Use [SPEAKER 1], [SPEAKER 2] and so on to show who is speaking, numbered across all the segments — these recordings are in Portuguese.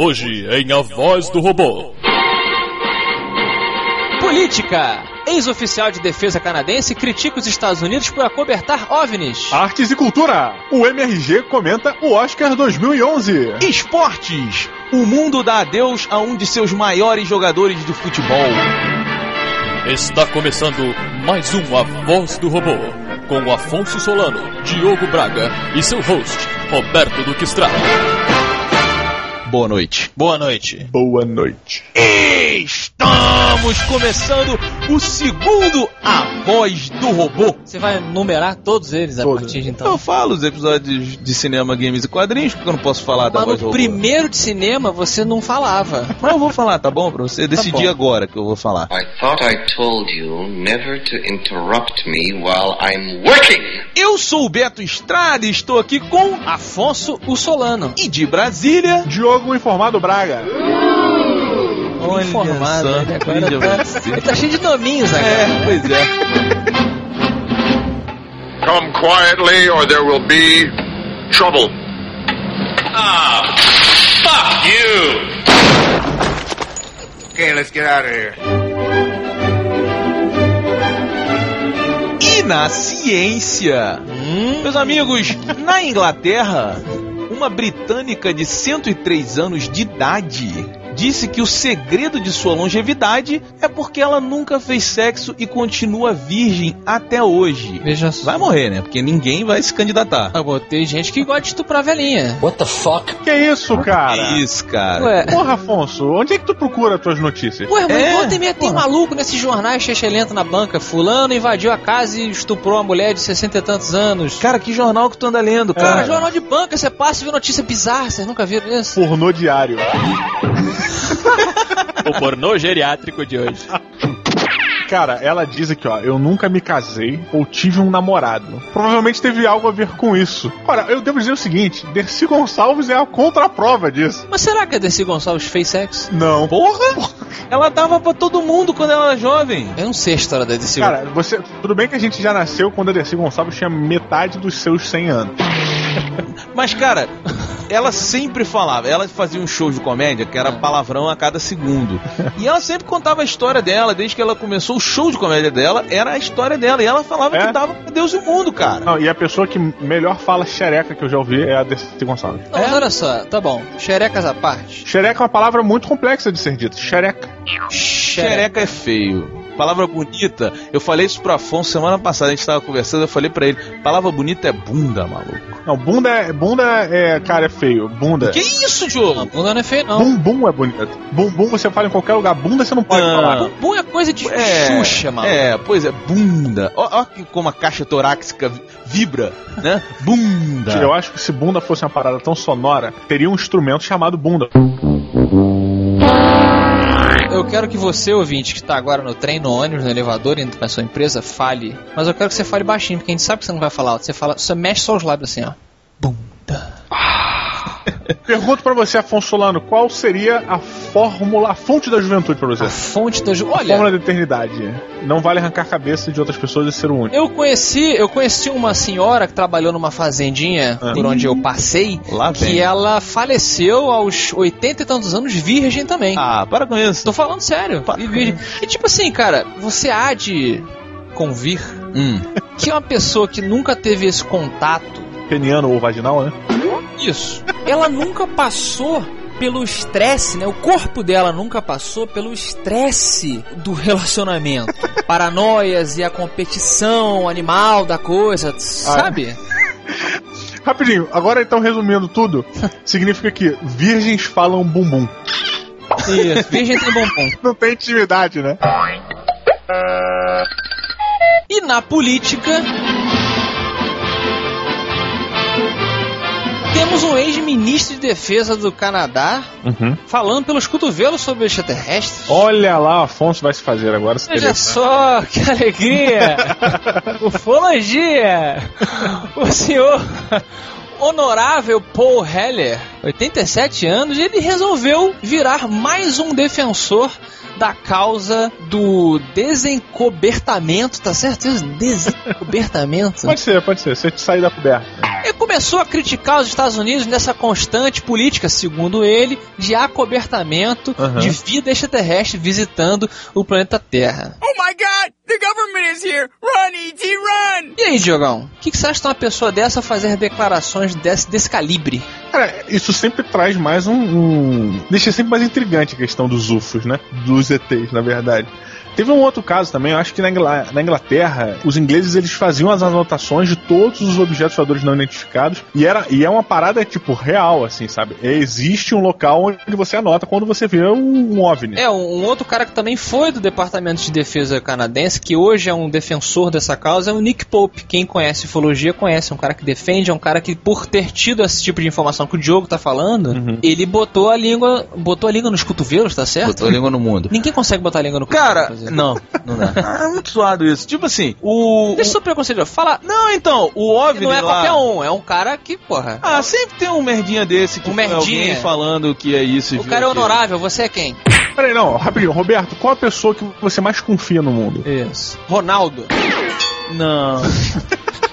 [SPEAKER 1] Hoje em A Voz do Robô.
[SPEAKER 2] Política! Ex-oficial de defesa canadense critica os Estados Unidos por acobertar OVNIs.
[SPEAKER 3] Artes e cultura. O MRG comenta o Oscar 2011.
[SPEAKER 4] Esportes. O mundo dá adeus a um de seus maiores jogadores de futebol.
[SPEAKER 1] Está começando mais um A Voz do Robô. Com Afonso Solano, Diogo Braga e seu host, Roberto Duque Estrada.
[SPEAKER 4] Boa noite.
[SPEAKER 2] Boa noite.
[SPEAKER 3] Boa noite.
[SPEAKER 4] Estamos começando o segundo A Voz do Robô.
[SPEAKER 2] Você vai numerar todos eles a
[SPEAKER 3] Todos.
[SPEAKER 2] partir de então?
[SPEAKER 4] Eu falo os episódios de cinema, games e quadrinhos, porque eu não posso falar da
[SPEAKER 2] Mas
[SPEAKER 4] voz do
[SPEAKER 2] no
[SPEAKER 4] robô.
[SPEAKER 2] primeiro de cinema você não falava.
[SPEAKER 4] Mas eu vou falar, tá bom? Pra você decidir
[SPEAKER 2] bom.
[SPEAKER 4] agora que eu vou falar.
[SPEAKER 5] I thought I told you never to interrupt me while I'm working.
[SPEAKER 4] Eu sou o Beto Estrada e estou aqui com...
[SPEAKER 2] Afonso o Solano.
[SPEAKER 4] E de Brasília...
[SPEAKER 3] Diogo informado Braga.
[SPEAKER 4] Olha
[SPEAKER 2] Informado.
[SPEAKER 4] só,
[SPEAKER 2] Ele, agora
[SPEAKER 4] olha
[SPEAKER 2] tá-
[SPEAKER 4] você.
[SPEAKER 2] ele tá cheio de nominhos agora.
[SPEAKER 4] É, pois é.
[SPEAKER 6] Come quietly, or there will be trouble.
[SPEAKER 4] E na ciência...
[SPEAKER 2] Hum,
[SPEAKER 4] Meus amigos, na Inglaterra, uma britânica de 103 anos de idade disse que o segredo de sua longevidade é porque ela nunca fez sexo e continua virgem até hoje.
[SPEAKER 2] Veja só.
[SPEAKER 4] Vai morrer, né? Porque ninguém vai se candidatar.
[SPEAKER 2] Ah, bom, tem gente que gosta de estuprar a velhinha.
[SPEAKER 3] Que isso, cara?
[SPEAKER 4] Que isso, cara.
[SPEAKER 2] Ué,
[SPEAKER 3] Porra, Afonso, onde é que tu procura tuas notícias?
[SPEAKER 2] Ué, mas
[SPEAKER 4] É,
[SPEAKER 2] volta e meia tem maluco nesses jornais chechelento na banca. Fulano invadiu a casa e estuprou uma mulher de 60 e tantos anos.
[SPEAKER 4] Cara, que jornal que tu anda lendo,
[SPEAKER 2] Cara,
[SPEAKER 4] cara?
[SPEAKER 2] jornal de banca, você passa e vê notícia bizarra, vocês nunca viram isso?
[SPEAKER 3] Pornô diário.
[SPEAKER 1] O pornô geriátrico de hoje.
[SPEAKER 3] Cara, ela diz aqui, ó, eu nunca me casei ou tive um namorado. Provavelmente teve algo a ver com isso. Ora, eu devo dizer o seguinte, Dercy Gonçalves é a contraprova disso.
[SPEAKER 2] Mas será que a Dercy Gonçalves fez sexo?
[SPEAKER 3] Não.
[SPEAKER 4] Porra! Ela dava pra todo mundo quando ela era jovem.
[SPEAKER 2] Eu não sei a história da Dercy
[SPEAKER 3] Cara, você, tudo bem que a gente já nasceu quando a Dercy Gonçalves tinha metade dos seus 100 anos.
[SPEAKER 4] Mas, cara, ela sempre falava. Ela fazia um show de comédia que era palavrão a cada segundo. E ela sempre contava a história dela. Desde que ela começou o show de comédia dela, era a história dela. E ela falava
[SPEAKER 3] É?
[SPEAKER 4] que dava pra Deus e o mundo, cara.
[SPEAKER 3] Não, e a pessoa que melhor fala xereca que eu já ouvi é a Dercy Gonçalves.
[SPEAKER 4] é
[SPEAKER 2] Não, mas olha só, tá bom. Xerecas à parte.
[SPEAKER 3] Xereca é uma palavra muito complexa de ser dita. Xereca.
[SPEAKER 4] Xereca é feio. Palavra bonita, eu falei isso pro Afonso semana passada, a gente tava conversando, eu falei pra ele, palavra bonita é bunda, maluco.
[SPEAKER 3] Não, bunda é. Bunda é. Cara, é feio. Bunda.
[SPEAKER 4] Que isso,
[SPEAKER 2] A
[SPEAKER 4] Diogo?
[SPEAKER 2] bunda não é feia, não.
[SPEAKER 3] Bumbum é bonito. Bumbum você fala em qualquer lugar. Bunda você não pode
[SPEAKER 4] Não.
[SPEAKER 3] falar.
[SPEAKER 2] Bumbum é coisa de Xuxa, maluco.
[SPEAKER 4] É, pois é, bunda. Ó, ó que como a caixa torácica vi- vibra, né? Bunda.
[SPEAKER 3] Eu acho que se bunda fosse uma parada tão sonora, teria um instrumento chamado bunda.
[SPEAKER 2] Eu quero que você, ouvinte, que tá agora no trem, no ônibus, no elevador, indo pra sua empresa, fale. Mas eu quero que você fale baixinho, porque a gente sabe que você não vai falar alto. Você fala, você mexe só os lábios assim, ó. Bunda.
[SPEAKER 3] Pergunto pra você, Afonso Solano, qual seria a fórmula, a fonte da juventude pra você?
[SPEAKER 2] A fonte da ju...
[SPEAKER 3] A
[SPEAKER 2] Olha,
[SPEAKER 3] fórmula da eternidade. Não vale arrancar a cabeça de outras pessoas e ser um o único.
[SPEAKER 2] Eu conheci, eu conheci uma senhora que trabalhou numa fazendinha
[SPEAKER 3] Ah.
[SPEAKER 2] por onde eu passei,
[SPEAKER 4] Lá vem.
[SPEAKER 2] que é, ela faleceu aos 80 e tantos anos virgem também.
[SPEAKER 4] Ah, para com isso.
[SPEAKER 2] Tô falando sério.
[SPEAKER 4] Pa-
[SPEAKER 2] E virgem. E tipo assim, cara, você há de convir
[SPEAKER 4] Hum.
[SPEAKER 2] que uma pessoa que nunca teve esse contato,
[SPEAKER 3] Peniano ou vaginal, né?
[SPEAKER 2] isso, ela nunca passou pelo estresse, né? O corpo dela nunca passou pelo estresse do relacionamento. Paranoias e a competição animal da coisa, sabe?
[SPEAKER 3] Rapidinho, agora então resumindo tudo, significa que virgens falam bumbum.
[SPEAKER 2] Isso, virgem tem bombom.
[SPEAKER 3] Não tem intimidade, né?
[SPEAKER 2] E na política. Temos um ex-ministro de defesa do Canadá
[SPEAKER 3] Uhum.
[SPEAKER 2] falando pelos cotovelos sobre extraterrestres.
[SPEAKER 3] Olha lá, Afonso vai se fazer agora. se
[SPEAKER 2] Veja
[SPEAKER 3] querer.
[SPEAKER 2] só, que alegria! Ufologia! O senhor honorável Paul Heller, 87 anos, ele resolveu virar mais um defensor da causa do desencobertamento, tá certo? isso? Desencobertamento?
[SPEAKER 3] Pode ser, pode ser. Você te sair da coberta.
[SPEAKER 2] É começou a criticar os Estados Unidos nessa constante política, segundo ele, de acobertamento
[SPEAKER 3] Aham.
[SPEAKER 2] de vida extraterrestre visitando o planeta Terra.
[SPEAKER 7] Oh my god! The government is here! Run, E.T., run!
[SPEAKER 2] E aí, Diogão, o que, que você acha de uma pessoa dessa fazer declarações desse, desse calibre?
[SPEAKER 3] Cara, isso sempre traz mais um, um- Deixa sempre mais intrigante a questão dos UFOs, né? Dos ETs, na verdade. Teve um outro caso também, eu acho que na, Ingla- na Inglaterra, os ingleses eles faziam as anotações de todos os objetos voadores não identificados, e, era, e é uma parada, tipo, real, assim, sabe? Existe um local onde você anota quando você vê um, um OVNI.
[SPEAKER 2] É, um um outro cara que também foi do Departamento de Defesa canadense, que hoje é um defensor dessa causa, é o Nick Pope. Quem conhece ufologia conhece, é um cara que defende, é um cara que, por ter tido esse tipo de informação que o Diogo tá falando,
[SPEAKER 3] Uhum.
[SPEAKER 2] ele botou a língua. botou a língua nos cotovelos, tá certo?
[SPEAKER 4] Botou a língua no mundo.
[SPEAKER 2] Ninguém consegue botar a língua no cotovelo.
[SPEAKER 4] Cara,
[SPEAKER 2] por exemplo.
[SPEAKER 4] não, não dá. Ah, é muito suado isso. Tipo assim, o.
[SPEAKER 2] Deixa o seu preconceito. é Fala.
[SPEAKER 4] o- Não, então, o OVNI.
[SPEAKER 2] Não é
[SPEAKER 4] lá-
[SPEAKER 2] qualquer um, é um cara que, porra.
[SPEAKER 4] Ah, sempre tem um merdinha desse que
[SPEAKER 2] Um
[SPEAKER 4] foi
[SPEAKER 2] merdinha.
[SPEAKER 4] alguém falando que é isso. e
[SPEAKER 2] O
[SPEAKER 4] viu
[SPEAKER 2] cara é
[SPEAKER 4] aquilo.
[SPEAKER 2] honorável, você é quem?
[SPEAKER 3] Peraí, não, rapidinho, Roberto, qual a pessoa que você mais confia no mundo?
[SPEAKER 2] Isso. Ronaldo.
[SPEAKER 4] Não,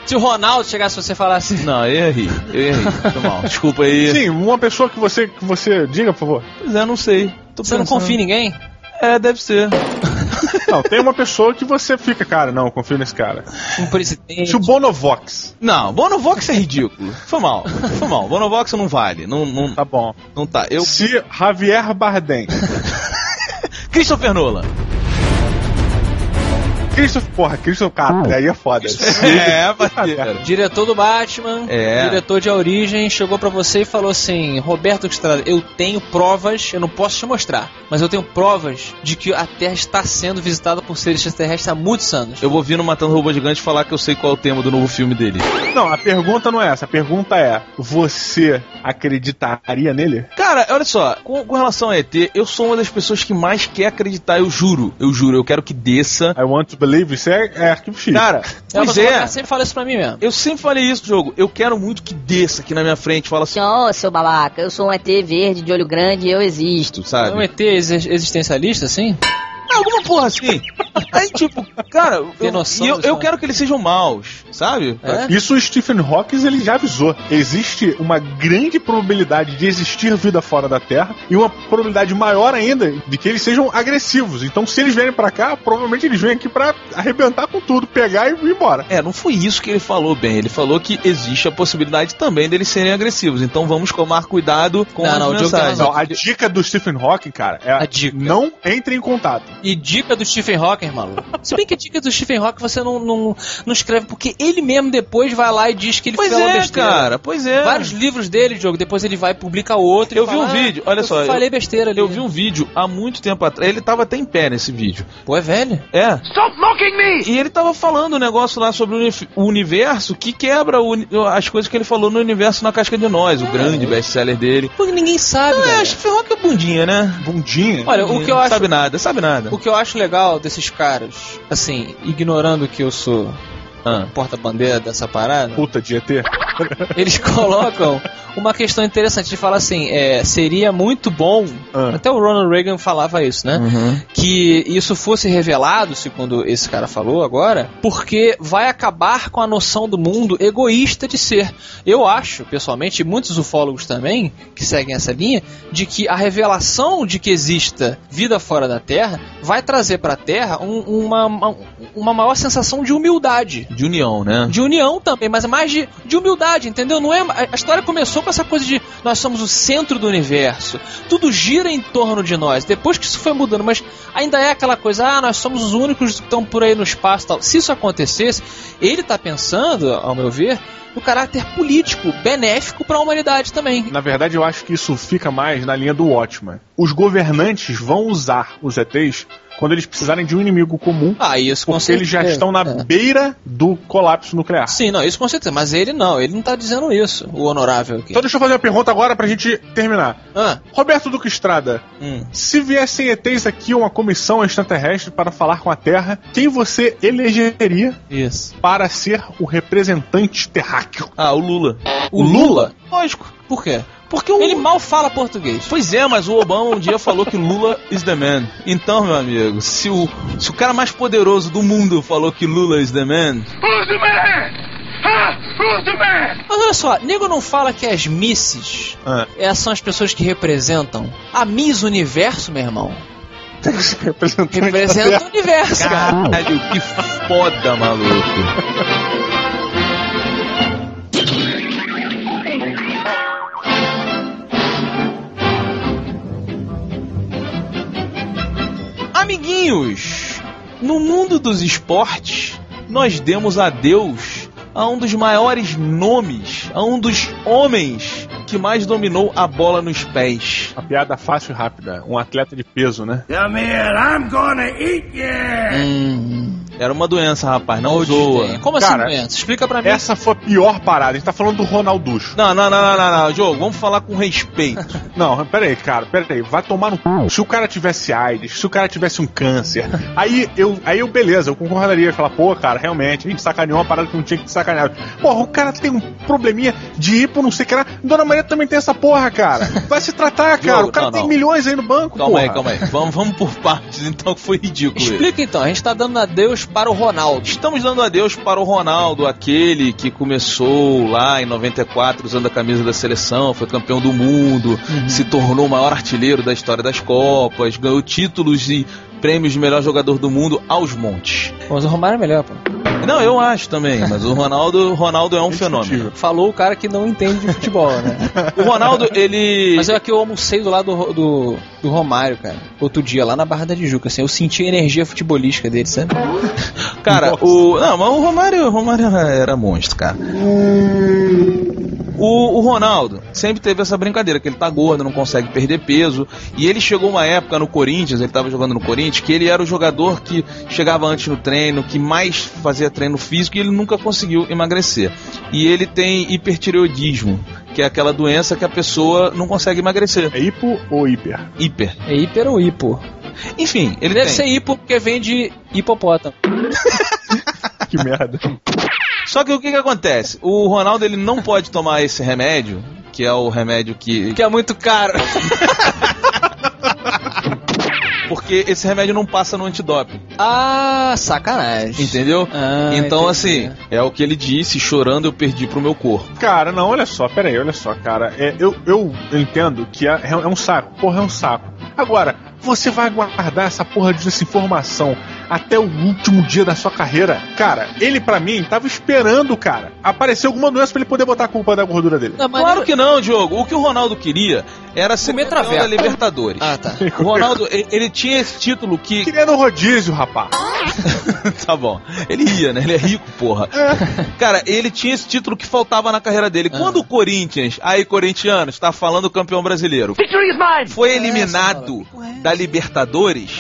[SPEAKER 2] Se o Ronaldo chegasse e você falasse.
[SPEAKER 4] não, eu errei. Eu errei. Foi mal. Desculpa aí.
[SPEAKER 3] Sim, uma pessoa que você, que você. Diga, por favor.
[SPEAKER 4] Pois é, não sei. Tô
[SPEAKER 2] Você não
[SPEAKER 4] pensando.
[SPEAKER 2] confia em ninguém?
[SPEAKER 4] É, deve ser.
[SPEAKER 3] Não, tem uma pessoa que você fica, cara, não, eu confio nesse cara.
[SPEAKER 2] Um presidente.
[SPEAKER 3] Se o Bonovox.
[SPEAKER 4] Não, Bonovox é ridículo. Foi mal. Foi mal. Bonovox não vale. Não, não,
[SPEAKER 3] Tá bom.
[SPEAKER 4] não tá. Eu.
[SPEAKER 3] Se Javier Bardem.
[SPEAKER 4] Christopher Nolan.
[SPEAKER 3] Christopher, porra, Christopher, cara, aí é foda.
[SPEAKER 4] É, parceiro.
[SPEAKER 2] Diretor do Batman,
[SPEAKER 4] É.
[SPEAKER 2] diretor de A Origem, chegou pra você e falou assim: Roberto Estrada, eu tenho provas, eu não posso te mostrar, mas eu tenho provas de que a Terra está sendo visitada por seres extraterrestres há muitos anos.
[SPEAKER 4] Eu vou vir no Matando Robô Gigante falar que eu sei qual é o tema do novo filme dele.
[SPEAKER 3] Não, a pergunta não é essa. A pergunta é: você acreditaria nele?
[SPEAKER 4] Cara, olha só, com, com relação a ET, eu sou uma das pessoas que mais quer acreditar, eu juro. Eu juro, eu quero que desça.
[SPEAKER 3] I want to believe. Isso é, é arquivo X.
[SPEAKER 4] Cara,
[SPEAKER 2] Ela
[SPEAKER 4] pois
[SPEAKER 2] falou,
[SPEAKER 4] é.
[SPEAKER 2] "Ela sempre fala isso pra mim mesmo.
[SPEAKER 4] Eu sempre falei isso, jogo. Eu quero muito que desça aqui na minha frente, fala assim,
[SPEAKER 8] Ô, seu babaca, eu sou um ET verde de olho grande e eu existo.
[SPEAKER 4] tu
[SPEAKER 2] É um
[SPEAKER 4] sabe?
[SPEAKER 2] ET ex- existencialista, assim?
[SPEAKER 4] Alguma porra assim. Aí, tipo, cara,
[SPEAKER 2] Tem
[SPEAKER 4] eu,
[SPEAKER 2] noção
[SPEAKER 4] e eu,
[SPEAKER 2] disso,
[SPEAKER 4] eu
[SPEAKER 2] né?
[SPEAKER 4] quero que eles sejam maus, sabe?
[SPEAKER 2] É?
[SPEAKER 3] Isso o Stephen Hawking ele já avisou. Existe uma grande probabilidade de existir vida fora da Terra e uma probabilidade maior ainda de que eles sejam agressivos. Então, se eles vierem pra cá, provavelmente eles vêm aqui pra arrebentar com tudo, pegar e ir embora.
[SPEAKER 4] É, não foi isso que ele falou bem. Ele falou que existe a possibilidade também deles serem agressivos. Então vamos tomar cuidado com
[SPEAKER 2] Não,
[SPEAKER 4] as
[SPEAKER 2] não, o Diogo tem
[SPEAKER 4] mensagens.
[SPEAKER 2] razão.
[SPEAKER 3] Não, a dica do Stephen Hawking, cara, é
[SPEAKER 4] Ah,
[SPEAKER 2] A dica.
[SPEAKER 3] não entre em contato.
[SPEAKER 2] E dica do Stephen Hawking, maluco. Se bem que a dica do Stephen Hawking você não, não, não escreve, porque ele mesmo depois vai lá e diz que ele
[SPEAKER 4] Pois
[SPEAKER 2] falou
[SPEAKER 4] é,
[SPEAKER 2] besteira.
[SPEAKER 4] cara, pois é.
[SPEAKER 2] Vários livros dele, Diogo, depois ele vai e publica outro. e
[SPEAKER 4] Eu vi
[SPEAKER 2] fala,
[SPEAKER 4] um
[SPEAKER 2] "Ah,
[SPEAKER 4] vídeo, olha
[SPEAKER 2] eu
[SPEAKER 4] só, eu-
[SPEAKER 2] Falei besteira ali. né?"
[SPEAKER 4] Eu vi um vídeo há muito tempo atrás. Ele tava até em pé nesse vídeo.
[SPEAKER 2] Pô, é velho.
[SPEAKER 4] É. Stop mocking me! E ele tava falando um negócio lá sobre o uni- o universo que quebra o uni- as coisas que ele falou no universo na casca de nós, o grande best-seller dele.
[SPEAKER 2] Porque ninguém sabe,
[SPEAKER 4] Não
[SPEAKER 2] galera.
[SPEAKER 4] é, Ferroca é bundinha, né?
[SPEAKER 3] Bundinha.
[SPEAKER 2] Olha, o que eu acho,
[SPEAKER 4] Sabe nada, sabe nada.
[SPEAKER 2] o que eu acho legal desses caras, assim, ignorando que eu sou
[SPEAKER 4] Ah.
[SPEAKER 2] porta-bandeira dessa parada,
[SPEAKER 3] Puta de ET.
[SPEAKER 2] eles colocam uma questão interessante de falar assim, é, seria muito bom,
[SPEAKER 3] Ah.
[SPEAKER 2] até o Ronald Reagan falava isso, né? que isso fosse revelado, segundo esse cara falou agora, porque vai acabar com a noção do mundo egoísta de ser. Eu acho, pessoalmente, e muitos ufólogos também, que seguem essa linha, de que a revelação de que exista vida fora da Terra vai trazer para a Terra um- uma, uma- uma maior sensação de humildade.
[SPEAKER 4] De união, né?
[SPEAKER 2] De união também, mas é mais de, de humildade, entendeu? Não é, a- a história começou com essa coisa de nós somos o centro do universo, tudo gira em torno de nós. Depois que isso foi mudando, mas ainda é aquela coisa, ah, nós somos os únicos que estão por aí no espaço e tal. Se isso acontecesse, ele tá pensando, ao meu ver, no caráter político, benéfico para a humanidade também.
[SPEAKER 3] Na verdade, eu acho que isso fica mais na linha do Watchman. Os governantes vão usar os ETs quando eles precisarem de um inimigo comum,
[SPEAKER 2] Ah, isso com
[SPEAKER 3] porque eles já
[SPEAKER 2] certeza.
[SPEAKER 3] estão na
[SPEAKER 2] É.
[SPEAKER 3] beira do colapso nuclear.
[SPEAKER 2] Sim, não, isso com certeza, mas ele não, ele não tá dizendo isso, o honorável aqui.
[SPEAKER 3] Então deixa eu fazer uma pergunta agora pra gente terminar.
[SPEAKER 2] Ah,
[SPEAKER 3] Roberto Duque Estrada,
[SPEAKER 2] hum.
[SPEAKER 3] se viessem ETs aqui uma comissão extraterrestre para falar com a Terra, quem você elegeria
[SPEAKER 2] Isso.
[SPEAKER 3] para ser o representante terráqueo?
[SPEAKER 4] Ah, o Lula.
[SPEAKER 2] O Lula?
[SPEAKER 4] Lógico.
[SPEAKER 2] Por quê?
[SPEAKER 4] Porque o
[SPEAKER 2] Ele mal fala português.
[SPEAKER 4] Pois é, mas o Obama um dia falou que Lula is the man. Então, meu amigo, se o, se o cara mais poderoso do mundo falou que Lula is the man,
[SPEAKER 6] Who's the man? Huh? Who's the man?
[SPEAKER 2] Mas olha só, nego não fala que as misses
[SPEAKER 3] Ah.
[SPEAKER 2] é, são as pessoas que representam a Miss Universo, meu irmão.
[SPEAKER 3] Representante da
[SPEAKER 2] Representa o universo, cara.
[SPEAKER 4] Caralho, que foda, maluco. Amiguinhos, no mundo dos esportes, nós demos adeus a um dos maiores nomes, a um dos homens que mais dominou a bola nos pés.
[SPEAKER 3] Uma piada fácil e rápida. Um atleta de peso, né?
[SPEAKER 4] É
[SPEAKER 6] Come here, I'm gonna eat you!
[SPEAKER 2] Hum,
[SPEAKER 4] Era é uma doença, rapaz, não
[SPEAKER 2] hoje
[SPEAKER 4] zoa. É
[SPEAKER 2] tem. Como
[SPEAKER 3] Cara,
[SPEAKER 2] assim, Mentos? Explica pra mim.
[SPEAKER 3] Essa foi a pior parada. A gente tá falando do Ronalducho.
[SPEAKER 4] Não, não, não, não, não, não, Diogo, vamos falar com respeito.
[SPEAKER 3] Não, pera aí, cara, pera aí. Vai tomar no cu. Se o cara tivesse AIDS, se o cara tivesse um câncer, aí eu, aí eu beleza, eu concordaria. Falar, pô, cara, realmente, a gente sacaneou uma parada que não tinha que sacanear. Porra, o cara tem um probleminha de hipo, não sei o que lá. Dona Maria também tem essa porra, cara. Vai se tratar, cara.
[SPEAKER 4] Diogo,
[SPEAKER 3] o cara
[SPEAKER 4] não,
[SPEAKER 3] tem
[SPEAKER 4] não.
[SPEAKER 3] milhões aí no banco,
[SPEAKER 4] Calma aí,
[SPEAKER 3] porra.
[SPEAKER 4] calma aí. Vamos, vamos por partes, então, que foi ridículo. isso.
[SPEAKER 2] Explica então, a gente tá dando adeus para o Ronaldo.
[SPEAKER 4] Estamos dando adeus para o Ronaldo, aquele que começou lá em 94 usando a camisa da seleção, foi campeão do mundo, se tornou o maior artilheiro da história das Copas, ganhou títulos e prêmios de melhor jogador do mundo aos montes.
[SPEAKER 2] Mas o Romário é melhor, pô.
[SPEAKER 4] Não, eu acho também, mas o Ronaldo, Ronaldo é um fenômeno.
[SPEAKER 3] Discutível.
[SPEAKER 2] Falou o cara que não entende de futebol, né?
[SPEAKER 4] O Ronaldo, ele
[SPEAKER 2] Mas eu aqui eu almocei do lado do, Ro- do, do Romário, cara. Outro dia, lá na Barra da Tijuca, assim. Eu senti a energia futebolística dele, sabe?
[SPEAKER 4] Cara, o. Não, mas o Romário, o Romário era- era monstro, cara. O, o Ronaldo sempre teve essa brincadeira, que ele tá gordo, não consegue perder peso. E ele chegou uma época no Corinthians, ele tava jogando no Corinthians, que ele era o jogador que chegava antes no treino, que mais fazia treino físico e ele nunca conseguiu emagrecer. E ele tem hipertireoidismo, que é aquela doença que a pessoa não consegue emagrecer.
[SPEAKER 3] É hipo ou hiper?
[SPEAKER 4] Hiper.
[SPEAKER 2] É hiper ou hipo?
[SPEAKER 4] Enfim, ele
[SPEAKER 2] Deve
[SPEAKER 4] tem.
[SPEAKER 2] ser hipo porque vem de hipopótamo.
[SPEAKER 3] Que merda.
[SPEAKER 4] Só que o que que acontece? O Ronaldo ele não pode tomar esse remédio, que é o remédio que
[SPEAKER 2] Que é muito caro.
[SPEAKER 4] porque esse remédio não passa no antidoping,
[SPEAKER 2] Ah, sacanagem.
[SPEAKER 4] entendeu?
[SPEAKER 2] Ah,
[SPEAKER 4] então
[SPEAKER 2] entendi.
[SPEAKER 4] assim, é o que ele disse, chorando eu perdi pro meu corpo.
[SPEAKER 3] Cara, não, olha só, pera aí, olha só, cara. É, eu, eu entendo que é, é um saco, porra, é um saco. Agora, você vai guardar essa porra dessa informação até o último dia da sua carreira? Cara, ele pra mim tava esperando, cara, aparecer alguma doença pra ele poder botar a culpa da gordura dele.
[SPEAKER 2] Não, mas
[SPEAKER 4] Claro
[SPEAKER 2] não-
[SPEAKER 4] que não, Diogo. O que o Ronaldo queria era ser
[SPEAKER 2] Comer
[SPEAKER 4] campeão da
[SPEAKER 2] traveco.
[SPEAKER 4] Libertadores.
[SPEAKER 2] Ah, tá.
[SPEAKER 4] O Ronaldo, e- ele tinha esse título que.
[SPEAKER 3] Queria no rodízio, rapaz.
[SPEAKER 4] Ah, tá bom. Ele ia, né? Ele é rico, porra. Cara, ele tinha esse título que faltava na carreira dele. Quando o Corinthians, aí, corintianos, tá falando campeão brasileiro, foi eliminado da Libertadores.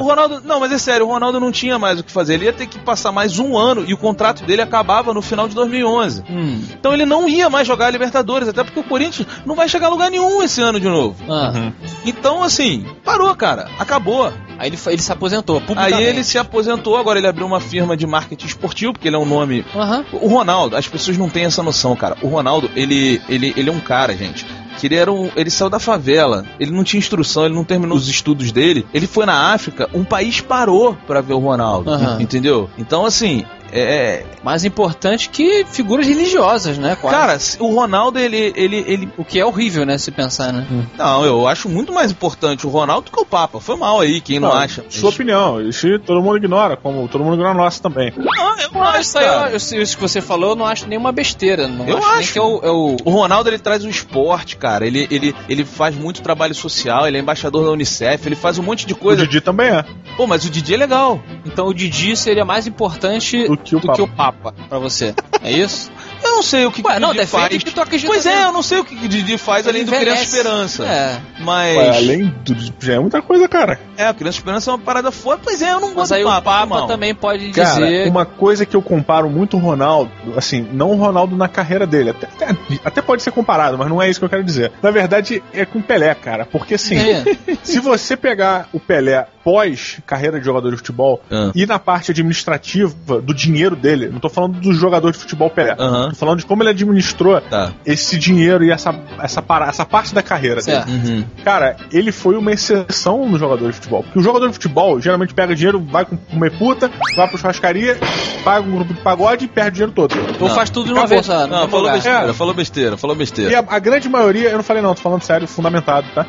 [SPEAKER 4] O Ronaldo, não, mas é sério, o Ronaldo não tinha mais o que fazer. Ele ia ter que passar mais um ano e o contrato dele acabava no final de 2011.
[SPEAKER 2] Hum.
[SPEAKER 4] Então ele não ia mais jogar a Libertadores, até porque o Corinthians não vai chegar a lugar nenhum esse ano de novo.
[SPEAKER 2] Ah.
[SPEAKER 4] Então, assim, parou, cara. Acabou.
[SPEAKER 2] Aí ele, fa- ele se aposentou
[SPEAKER 4] Aí
[SPEAKER 2] publicamente.
[SPEAKER 4] ele se aposentou, agora ele abriu uma firma de marketing esportivo, porque ele é um nome.
[SPEAKER 2] Aham.
[SPEAKER 4] O Ronaldo, as pessoas não têm essa noção, cara. O Ronaldo, ele, ele, ele é um cara, gente. Que ele era um. Ele saiu da favela, ele não tinha instrução, ele não terminou os estudos dele. Ele foi na África, um país parou pra ver o Ronaldo.
[SPEAKER 2] Aham.
[SPEAKER 4] Entendeu? Então, assim, é,
[SPEAKER 2] Mais importante que figuras religiosas, né? Quase.
[SPEAKER 4] Cara, se- o Ronaldo, ele, ele, ele.
[SPEAKER 2] o que é horrível, né? Se pensar, né?
[SPEAKER 4] Não, eu acho muito mais importante o Ronaldo do que o Papa. Foi mal aí, quem não, acha.
[SPEAKER 3] Sua opinião, isso todo mundo ignora, como todo mundo ignora a nossa também.
[SPEAKER 4] Não, eu
[SPEAKER 2] Não,
[SPEAKER 4] acho,
[SPEAKER 2] isso é aí, eu-
[SPEAKER 4] cara.
[SPEAKER 2] eu- isso que você falou, eu não acho nenhuma besteira. Não
[SPEAKER 4] Eu
[SPEAKER 2] acho, nem
[SPEAKER 4] acho. é
[SPEAKER 2] que eu, eu-
[SPEAKER 4] O Ronaldo ele traz o esporte, cara. Ele, ele, ele faz muito trabalho social, ele é embaixador da Unicef, ele faz um monte de
[SPEAKER 3] O
[SPEAKER 4] coisa.
[SPEAKER 3] Didi também é.
[SPEAKER 4] Pô, mas o Didi é legal.
[SPEAKER 2] Então o Didi seria mais importante
[SPEAKER 3] Do que o Papa.
[SPEAKER 2] pra você. É isso?
[SPEAKER 4] Eu não sei o que,
[SPEAKER 2] Ué,
[SPEAKER 4] que o
[SPEAKER 2] não,
[SPEAKER 4] Didi
[SPEAKER 2] defende
[SPEAKER 4] faz.
[SPEAKER 2] que tu acredita
[SPEAKER 4] Pois
[SPEAKER 2] nele.
[SPEAKER 4] é, eu não sei o que o Didi faz além do Criança
[SPEAKER 2] Envelhece.
[SPEAKER 4] Esperança. Tá
[SPEAKER 2] É.
[SPEAKER 4] Mas.
[SPEAKER 3] Ué, Além do já é muita coisa, cara.
[SPEAKER 4] É, o Criança Esperança é uma parada foda. Pois é, eu não gosto
[SPEAKER 2] Mas aí
[SPEAKER 4] do
[SPEAKER 2] o
[SPEAKER 4] Papa.
[SPEAKER 2] Papa
[SPEAKER 4] irmão.
[SPEAKER 2] também pode
[SPEAKER 3] Cara,
[SPEAKER 2] dizer.
[SPEAKER 3] uma coisa que eu comparo muito o Ronaldo, assim, não o Ronaldo na carreira dele, até, até, até pode ser comparado, mas não é isso que eu quero dizer. Na verdade, é com o Pelé, cara, porque assim,
[SPEAKER 2] É.
[SPEAKER 3] se você pegar o Pelé, pós-carreira de jogador de futebol
[SPEAKER 4] Ah.
[SPEAKER 3] e na parte administrativa do dinheiro dele. Não tô falando do jogador de futebol Pelé.
[SPEAKER 4] Aham.
[SPEAKER 3] Tô falando de como ele administrou
[SPEAKER 4] Tá.
[SPEAKER 3] esse dinheiro e essa, essa, para- essa parte da carreira dele.
[SPEAKER 2] Certo.
[SPEAKER 4] Uhum.
[SPEAKER 3] Cara, ele foi uma exceção no jogador de futebol. Porque o jogador de futebol geralmente pega dinheiro, vai com- comer puta, vai pro churrascaria, paga um grupo de pagode e perde o dinheiro todo.
[SPEAKER 2] Ou
[SPEAKER 4] Não.
[SPEAKER 2] faz tudo de uma
[SPEAKER 3] Acabou.
[SPEAKER 2] vez só. né?
[SPEAKER 4] Não,
[SPEAKER 2] Não,
[SPEAKER 4] falou
[SPEAKER 2] lugar.
[SPEAKER 4] besteira,
[SPEAKER 3] É.
[SPEAKER 4] falou besteira, falou
[SPEAKER 3] E
[SPEAKER 4] besteira.
[SPEAKER 3] a, a grande maioria, eu não falei não, tô falando sério, fundamentado, tá?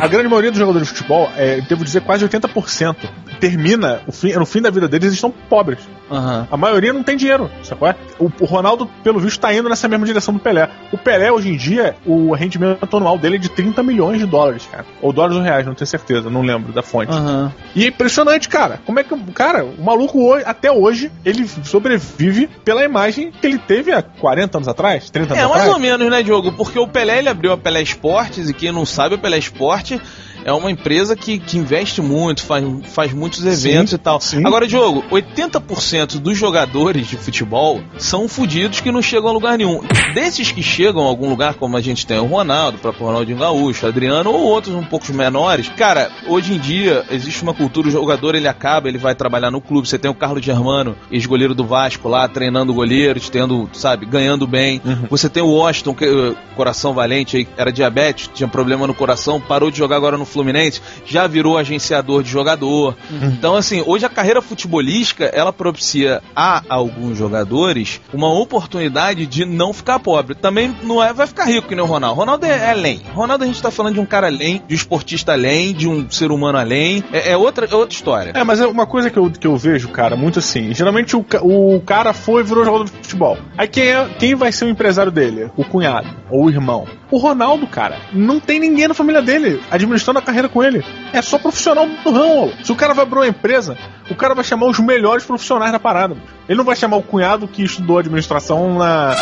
[SPEAKER 3] A grande maioria dos jogadores de futebol, é, devo dizer quase 80%, termina, o fim, no fim da vida deles, eles estão pobres.
[SPEAKER 2] Aham.
[SPEAKER 3] A maioria não tem dinheiro, sacou? O, o Ronaldo, pelo visto, tá indo nessa mesma direção do Pelé. O Pelé, hoje em dia, o rendimento anual dele é de 30 milhões de dólares, cara. Ou dólares ou reais, não tenho certeza, não lembro da fonte.
[SPEAKER 2] Aham.
[SPEAKER 3] E é impressionante, cara. Como é que. o- Cara, o maluco hoje, até hoje, ele sobrevive pela imagem que ele teve há 40 anos atrás, 30 anos
[SPEAKER 4] É,
[SPEAKER 3] atrás.
[SPEAKER 4] mais ou menos, né, Diogo? Porque o Pelé, ele abriu a Pelé Esportes, e quem não sabe, a Pelé Esporte é uma empresa que, que investe muito, faz, faz muitos eventos e tal.
[SPEAKER 3] sim.
[SPEAKER 4] Agora, Diogo, 80% dos jogadores de futebol são fudidos que não chegam a lugar nenhum. Desses que chegam a algum lugar, como a gente tem o Ronaldo, o próprio Ronaldinho Gaúcho, Adriano, ou outros um pouco menores, cara, hoje em dia existe uma cultura, o jogador ele acaba, ele vai trabalhar no clube, você tem o Carlos Germano, ex-goleiro do Vasco lá, treinando goleiros, tendo, sabe, ganhando bem. Você tem o Washington, que, eh, coração valente, aí, era diabetes, tinha problema no coração, parou de jogar agora no Fluminense, já virou agenciador de jogador. Então, assim, hoje a carreira futebolística, ela propicia a alguns jogadores uma oportunidade de não ficar pobre. Também não é, vai ficar rico que nem o Ronaldo. Ronaldo é, é além. Ronaldo a gente tá falando de um cara além, de um esportista além, de um ser humano além. É, é outra, é outra história.
[SPEAKER 3] É, mas é uma coisa que eu, que eu vejo, cara, muito assim. Geralmente o, ca- o cara foi e virou jogador de futebol. Aí quem, é, quem vai ser o empresário dele? O cunhado ou o irmão? O Ronaldo, cara, não tem ninguém na família dele administrando a carreira com ele. É só profissional do ramo. Se o cara vai abrir uma empresa, o cara vai chamar os melhores profissionais da parada. Ele não vai chamar o cunhado que estudou administração na.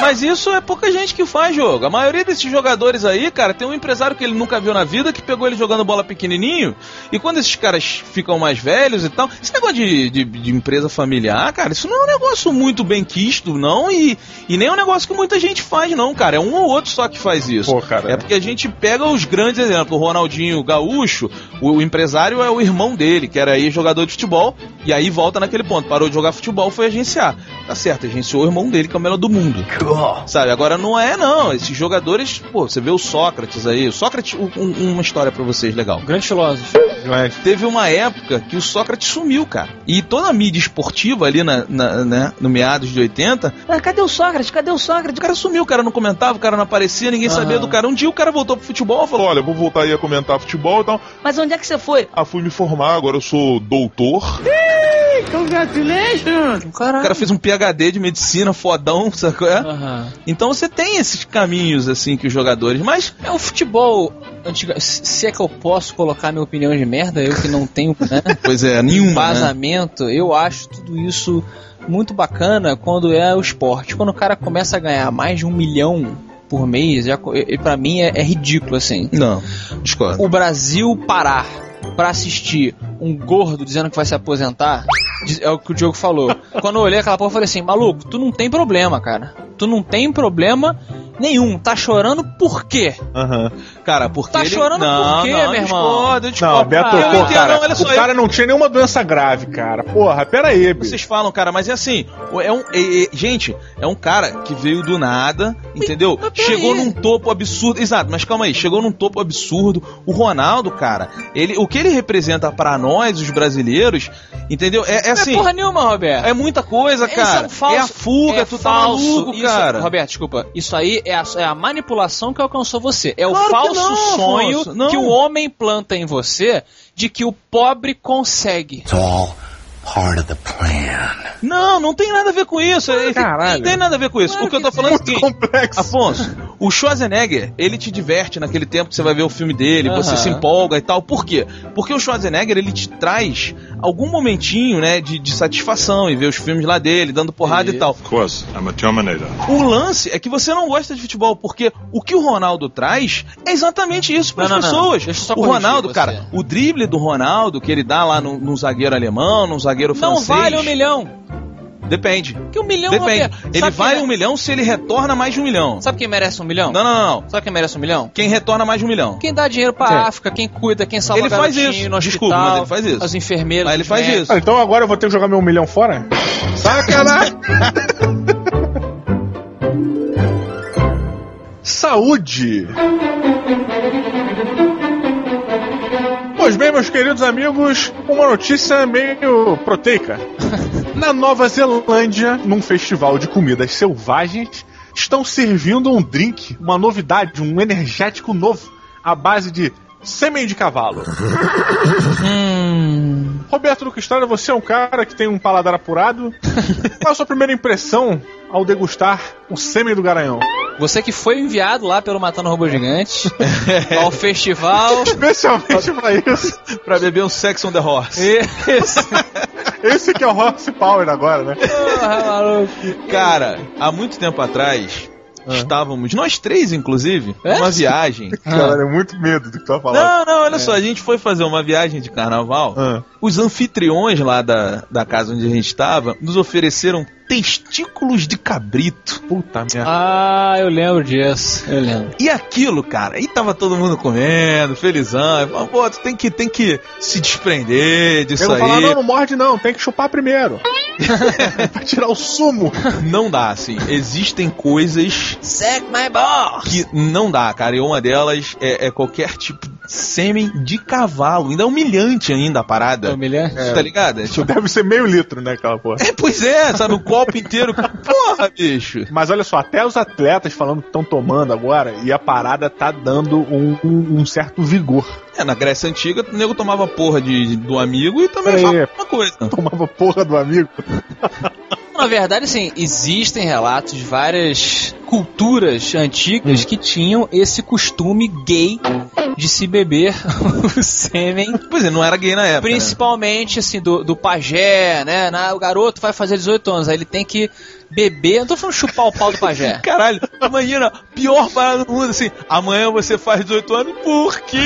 [SPEAKER 4] Mas isso é pouca gente que faz jogo. A maioria desses jogadores aí, cara, tem um empresário que ele nunca viu na vida que pegou ele jogando bola pequenininho. E quando esses caras ficam mais velhos e tal, esse negócio de, de, de empresa familiar, cara, isso não é um negócio muito bem quisto, não. E, e nem é um negócio que muita gente faz, não, cara. É um ou outro só que faz isso.
[SPEAKER 3] Pô, cara.
[SPEAKER 4] É porque a gente pega os grandes exemplos. O Ronaldinho Gaúcho, o, o empresário é o irmão dele, que era aí jogador de futebol, e aí volta naquele ponto. Parou de jogar futebol, foi agenciar. Tá certo, agenciou o irmão dele, que é o melhor do mundo. Sabe? Agora não é, não. Esses jogadores, pô, você vê o Sócrates aí. O Sócrates, um- um- uma história pra vocês legal.
[SPEAKER 2] Grande filósofo.
[SPEAKER 3] É, Mas-
[SPEAKER 4] Teve uma época que o Sócrates sumiu, cara. E toda a mídia esportiva ali na, na- né, no meados de 80, ah, cadê o Sócrates? Cadê o Sócrates? O cara sumiu, o cara não comentava, o cara não aparecia, ninguém
[SPEAKER 2] Aham.
[SPEAKER 4] sabia do cara. Um dia o cara voltou pro futebol e falou:
[SPEAKER 9] Olha, eu vou voltar aí a comentar futebol e tal.
[SPEAKER 8] Mas onde é que você foi?
[SPEAKER 9] Ah, fui me formar, agora eu sou doutor.
[SPEAKER 7] Congratulations!
[SPEAKER 4] O
[SPEAKER 2] Caralho.
[SPEAKER 4] cara fez um PhD de medicina fodão, sacou? É?
[SPEAKER 2] Aham.
[SPEAKER 4] Então você tem esses caminhos, assim, que os jogadores. Mas
[SPEAKER 2] É o futebol antiga. Se se é que eu posso colocar minha opinião de merda, eu que não tenho né,
[SPEAKER 4] Pois é, nenhuma. Né?
[SPEAKER 2] vazamento, eu acho tudo isso muito bacana quando é o esporte. Quando o cara começa a ganhar mais de um milhão por mês, já, co- e- e pra mim é, é ridículo assim.
[SPEAKER 4] Não, discordo.
[SPEAKER 2] O Brasil parar pra assistir um gordo dizendo que vai se aposentar. diz- É o que o Diogo falou. Quando eu olhei aquela porra, eu falei assim: maluco, tu não tem problema, cara. Tu não tem problema nenhum. Tá chorando por quê?
[SPEAKER 3] Aham.
[SPEAKER 4] Cara, porque.
[SPEAKER 2] Tá
[SPEAKER 4] ele...
[SPEAKER 2] chorando por
[SPEAKER 4] não,
[SPEAKER 2] quê,
[SPEAKER 4] não,
[SPEAKER 2] meu
[SPEAKER 4] eu
[SPEAKER 2] irmão?
[SPEAKER 4] Discordo, eu discordo. Ah,
[SPEAKER 3] Não, Beto,
[SPEAKER 2] eu
[SPEAKER 4] eu
[SPEAKER 3] pô,
[SPEAKER 4] entendo,
[SPEAKER 3] cara,
[SPEAKER 4] não, olha só.
[SPEAKER 3] o cara não tinha nenhuma doença grave, cara. Porra, pera aí, bicho.
[SPEAKER 4] Vocês falam, cara, mas é assim, é um. é- é- gente, é um cara que veio do nada, entendeu?
[SPEAKER 2] mas peraí.
[SPEAKER 4] Chegou num topo absurdo. Exato, mas calma aí, chegou num topo absurdo. O Ronaldo, cara, ele, o que ele representa pra nós, os brasileiros, entendeu? É, é
[SPEAKER 2] Não é
[SPEAKER 4] assim.
[SPEAKER 2] porra nenhuma, Roberto.
[SPEAKER 4] É muita coisa,
[SPEAKER 2] Esse
[SPEAKER 4] cara.
[SPEAKER 2] é um falso-
[SPEAKER 4] a fuga, tu tá maluco,
[SPEAKER 2] Isso-
[SPEAKER 4] cara.
[SPEAKER 2] Roberto, desculpa. Isso aí é a, é a manipulação que alcançou você. É
[SPEAKER 4] Claro
[SPEAKER 2] o
[SPEAKER 4] que
[SPEAKER 2] falso
[SPEAKER 4] não, Afonso,
[SPEAKER 2] sonho
[SPEAKER 4] não.
[SPEAKER 2] que o homem planta em você de que o pobre consegue.
[SPEAKER 4] Não, não tem nada a ver com isso. Ele-
[SPEAKER 3] caralho.
[SPEAKER 4] Não tem nada a ver com isso. o que eu tô falando é o seguinte, Afonso, o Schwarzenegger, ele te diverte naquele tempo que você vai ver o filme dele,
[SPEAKER 2] Aham.
[SPEAKER 4] você se empolga e tal. Por quê? Porque o Schwarzenegger, ele te traz algum momentinho, né, de, de satisfação e ver os filmes lá dele, dando porrada e
[SPEAKER 2] Isso.
[SPEAKER 4] tal.
[SPEAKER 9] Of course, I'm a Terminator.
[SPEAKER 4] O lance é que você não gosta de futebol, porque o que o Ronaldo traz é exatamente isso para
[SPEAKER 2] Não,
[SPEAKER 4] as
[SPEAKER 2] não, não.
[SPEAKER 4] pessoas.
[SPEAKER 2] Deixa eu só
[SPEAKER 4] o
[SPEAKER 2] corrigir
[SPEAKER 4] Ronaldo,
[SPEAKER 2] você.
[SPEAKER 4] cara, o drible do Ronaldo que ele dá lá num num zagueiro alemão, num zagueiro
[SPEAKER 2] Não
[SPEAKER 4] francês.
[SPEAKER 2] vale um milhão.
[SPEAKER 4] Depende.
[SPEAKER 2] Porque um milhão
[SPEAKER 4] Depende.
[SPEAKER 2] Roberto,
[SPEAKER 4] Ele
[SPEAKER 2] sabe
[SPEAKER 4] vale
[SPEAKER 2] quem- é?
[SPEAKER 4] um milhão se ele retorna mais de um milhão.
[SPEAKER 2] Sabe quem merece um milhão?
[SPEAKER 4] Não, não, não. não.
[SPEAKER 2] Sabe quem merece um milhão?
[SPEAKER 4] Quem retorna mais de um milhão.
[SPEAKER 2] Quem dá dinheiro pra África, quem cuida, quem salva
[SPEAKER 4] Ele faz
[SPEAKER 2] garotinho
[SPEAKER 4] isso.
[SPEAKER 2] no hospital,
[SPEAKER 4] Desculpa, mas ele faz isso.
[SPEAKER 2] As enfermeiras.
[SPEAKER 4] Mas ele
[SPEAKER 2] os
[SPEAKER 4] faz
[SPEAKER 2] médicos.
[SPEAKER 4] isso.
[SPEAKER 3] Ah, então agora eu vou ter que jogar meu milhão fora? Sacanagem! Saúde! Pois bem, meus queridos amigos, uma notícia meio proteica. Na Nova Zelândia, num festival de comidas selvagens, estão servindo um drink, uma novidade, um energético novo, à base de sêmen de cavalo.
[SPEAKER 2] Hum,
[SPEAKER 3] Roberto Duque Estrada, você é um cara que tem um paladar apurado. Qual a sua primeira impressão ao degustar o sêmen do garanhão?
[SPEAKER 2] Você que foi enviado lá pelo Matando Robô Gigante ao festival.
[SPEAKER 3] Especialmente pra isso.
[SPEAKER 4] Pra beber um Sex on the Horse.
[SPEAKER 2] Esse,
[SPEAKER 3] Esse que é o Horse Power agora, né?
[SPEAKER 2] porra, maluco.
[SPEAKER 4] Cara, há muito tempo atrás,
[SPEAKER 3] Ah.
[SPEAKER 4] estávamos, nós três inclusive,
[SPEAKER 2] É?
[SPEAKER 4] numa viagem.
[SPEAKER 3] Caralho, é muito medo do que tu vai falar.
[SPEAKER 4] Não, não, olha só, a gente foi fazer uma viagem de carnaval.
[SPEAKER 3] É. Ah.
[SPEAKER 4] Os anfitriões lá da, da casa onde a gente estava nos ofereceram testículos de cabrito. Ah,
[SPEAKER 3] Puta merda.
[SPEAKER 2] Ah, eu lembro disso. Eu lembro.
[SPEAKER 4] E aquilo, cara, e tava todo mundo comendo, felizão. Eu falava, Pô, tu tem que, tem que se desprender disso
[SPEAKER 3] Eu vou
[SPEAKER 4] aí.
[SPEAKER 3] falar, não, não morde não, tem que chupar primeiro. pra tirar o sumo.
[SPEAKER 4] Não dá, assim. Existem coisas
[SPEAKER 2] Segue my ball!
[SPEAKER 4] que não dá, cara. E uma delas é, é qualquer tipo de sêmen de cavalo. Ainda é humilhante ainda a parada.
[SPEAKER 2] Humilhante?
[SPEAKER 4] Tá ligado? É, tipo,
[SPEAKER 3] Deve ser meio litro, né, aquela porra.
[SPEAKER 4] é, pois é, sabe? O copo inteiro. Porra, bicho.
[SPEAKER 3] Mas olha só, até os atletas falando que estão tomando agora e a parada tá dando um, um- um certo vigor.
[SPEAKER 4] É, na Grécia Antiga, o nego tomava porra de, do amigo e também
[SPEAKER 3] É.
[SPEAKER 4] falava uma coisa.
[SPEAKER 3] Tomava porra do amigo.
[SPEAKER 2] Na verdade, sim, existem relatos de várias culturas antigas que tinham esse costume gay de se beber o sêmen
[SPEAKER 4] Pois é, não era gay na época. né?
[SPEAKER 2] Principalmente, assim, do, do pajé, né? Na- o garoto vai fazer 18 anos, aí ele tem que beber. Não tô falando chupar o pau do pajé.
[SPEAKER 4] né? Caralho, imagina, pior parada do mundo, assim, amanhã você faz 18 anos, por quê?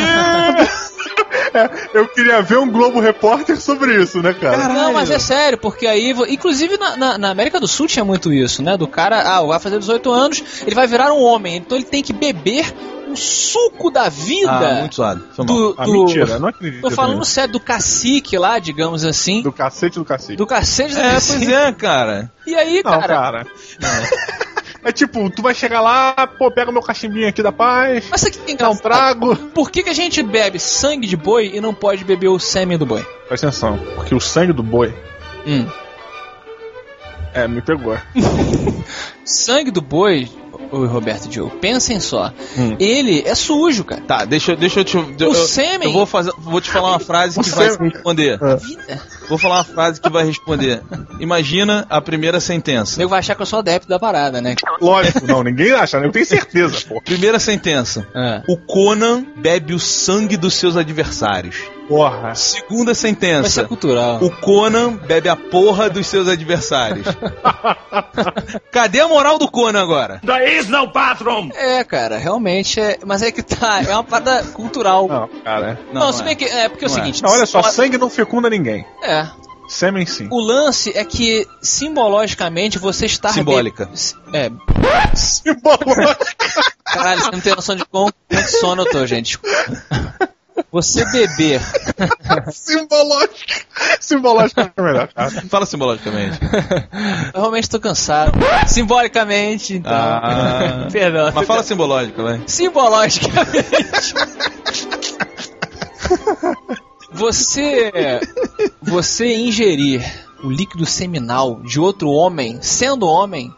[SPEAKER 3] Eu queria ver um Globo Repórter sobre isso, né, cara?
[SPEAKER 4] Caralho.
[SPEAKER 2] Não, mas é sério, porque aí. vo- Inclusive na, na- na América do Sul tinha muito isso, né? Do cara, ah, vai fazer 18 anos, ele vai virar um homem, então ele tem que beber o suco da vida.
[SPEAKER 4] Ah, muito suado. Foi mal.
[SPEAKER 2] do,
[SPEAKER 3] Ah,
[SPEAKER 2] do-
[SPEAKER 3] mentira, eu não acredito.
[SPEAKER 2] Tô falando
[SPEAKER 3] nisso.
[SPEAKER 2] sério, do cacique lá, digamos assim. Do,
[SPEAKER 3] do cacete do cacete.
[SPEAKER 2] cacete do
[SPEAKER 4] É,
[SPEAKER 2] cacique.
[SPEAKER 4] pois é, cara.
[SPEAKER 2] E aí,
[SPEAKER 3] Não,
[SPEAKER 2] cara.
[SPEAKER 3] cara. É tipo, tu vai chegar lá, pô, pega meu cachimbinho aqui da paz,
[SPEAKER 2] Mas isso aqui é
[SPEAKER 3] dá um
[SPEAKER 2] engraçado.
[SPEAKER 3] trago.
[SPEAKER 2] Por que, que a gente bebe sangue de boi e não pode beber o sêmen do boi?
[SPEAKER 3] Presta atenção, porque o sangue do boi.
[SPEAKER 2] Hum.
[SPEAKER 3] É, me pegou.
[SPEAKER 2] Sangue do boi, o Roberto Diogo, pensem só.
[SPEAKER 3] Hum.
[SPEAKER 2] Ele é sujo, cara.
[SPEAKER 4] Tá, deixa, eu- deixa eu te. Eu,
[SPEAKER 2] O
[SPEAKER 4] eu-
[SPEAKER 2] sêmen.
[SPEAKER 4] eu vou, fazer, vou te falar uma frase
[SPEAKER 3] O
[SPEAKER 4] que vai
[SPEAKER 3] sêmen.
[SPEAKER 4] responder.
[SPEAKER 3] É.
[SPEAKER 2] Vida.
[SPEAKER 4] Vou falar uma frase que vai responder. Imagina a primeira sentença.
[SPEAKER 2] Nego vai achar que eu sou adepto da parada, né?
[SPEAKER 3] Lógico, não, ninguém acha, né? eu tenho certeza, pô.
[SPEAKER 4] Primeira sentença.
[SPEAKER 2] Ah.
[SPEAKER 4] O Conan bebe o sangue dos seus adversários.
[SPEAKER 3] Porra.
[SPEAKER 4] Segunda
[SPEAKER 2] Vai ser
[SPEAKER 4] sentença.
[SPEAKER 2] é cultural.
[SPEAKER 4] O Conan bebe a porra dos seus adversários. Cadê a moral do Conan agora?
[SPEAKER 2] É, cara, realmente é. Mas é que tá, é uma parada cultural. Não,
[SPEAKER 3] Não, cara.
[SPEAKER 4] Não, não
[SPEAKER 2] se
[SPEAKER 4] é.
[SPEAKER 2] bem que. É porque é o
[SPEAKER 4] Não é.
[SPEAKER 2] seguinte.
[SPEAKER 3] Não, olha só,
[SPEAKER 2] só-
[SPEAKER 3] sangue não fecunda ninguém.
[SPEAKER 2] É.
[SPEAKER 3] Sêmen sim.
[SPEAKER 2] O lance é que, simbologicamente, você está.
[SPEAKER 4] Simbólica.
[SPEAKER 2] be- É,
[SPEAKER 3] Simbólico.
[SPEAKER 2] Caralho, você não tem noção de quão, quanto sono eu tô, gente. Você beber.
[SPEAKER 3] Simbológico. Simbológico é melhor, cara.
[SPEAKER 4] Fala simbologicamente.
[SPEAKER 2] Eu realmente tô cansado. Simbolicamente, então.
[SPEAKER 4] Ah.
[SPEAKER 2] Perdão.
[SPEAKER 4] Mas fala simbológica, vai.
[SPEAKER 2] Simbologicamente. Você. Você ingerir o líquido seminal de outro homem, sendo homem,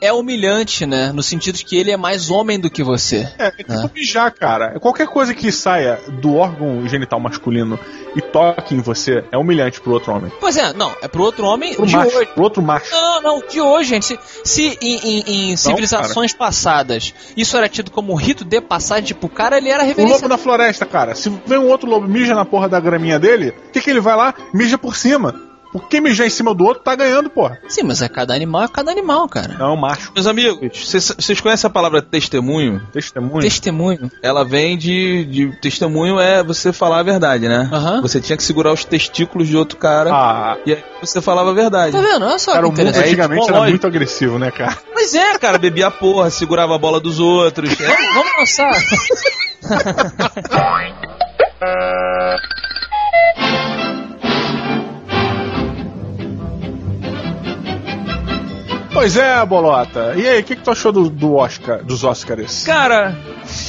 [SPEAKER 2] é humilhante, né? No sentido de que ele é mais homem do que você.
[SPEAKER 3] É, é tipo mijar, cara. Qualquer coisa que saia do órgão genital masculino e toque em você é humilhante pro outro homem.
[SPEAKER 2] Pois é, não, é pro outro homem
[SPEAKER 3] Pro
[SPEAKER 2] de
[SPEAKER 3] macho,
[SPEAKER 2] hoje.
[SPEAKER 3] pro outro macho.
[SPEAKER 2] Não, não, de hoje, gente. Se, se em, em- em
[SPEAKER 3] Então,
[SPEAKER 2] civilizações passadas isso era tido como um rito de passagem, tipo, o cara ele era
[SPEAKER 3] O lobo
[SPEAKER 2] reverenciado.
[SPEAKER 3] da floresta, cara. Se vem um outro lobo mija na porra da graminha dele, o que, que ele vai lá? Mija por cima. O que mijar em cima do outro tá ganhando, porra.
[SPEAKER 2] Sim, mas é cada animal, é cada animal, cara.
[SPEAKER 3] Não, macho.
[SPEAKER 4] Meus amigos, vocês vocês conhecem a palavra testemunho?
[SPEAKER 3] Testemunho.
[SPEAKER 2] Testemunho.
[SPEAKER 4] Ela vem de, de- Testemunho é você falar a verdade, né?
[SPEAKER 2] Aham.
[SPEAKER 4] Você tinha que segurar os testículos de outro cara
[SPEAKER 3] Ah,
[SPEAKER 4] e aí você falava a verdade.
[SPEAKER 2] Tá vendo? Olha só
[SPEAKER 3] cara,
[SPEAKER 2] que
[SPEAKER 3] o mundo é
[SPEAKER 2] interessante.
[SPEAKER 3] antigamente era
[SPEAKER 4] lógico.
[SPEAKER 3] muito agressivo, né, cara?
[SPEAKER 4] Mas é, cara, bebia a porra, segurava a bola dos outros. É,
[SPEAKER 2] Vamos lançar.
[SPEAKER 3] Pois é, Bolota. E aí, o que, que tu achou do, do Oscar, dos Oscars?
[SPEAKER 4] Cara,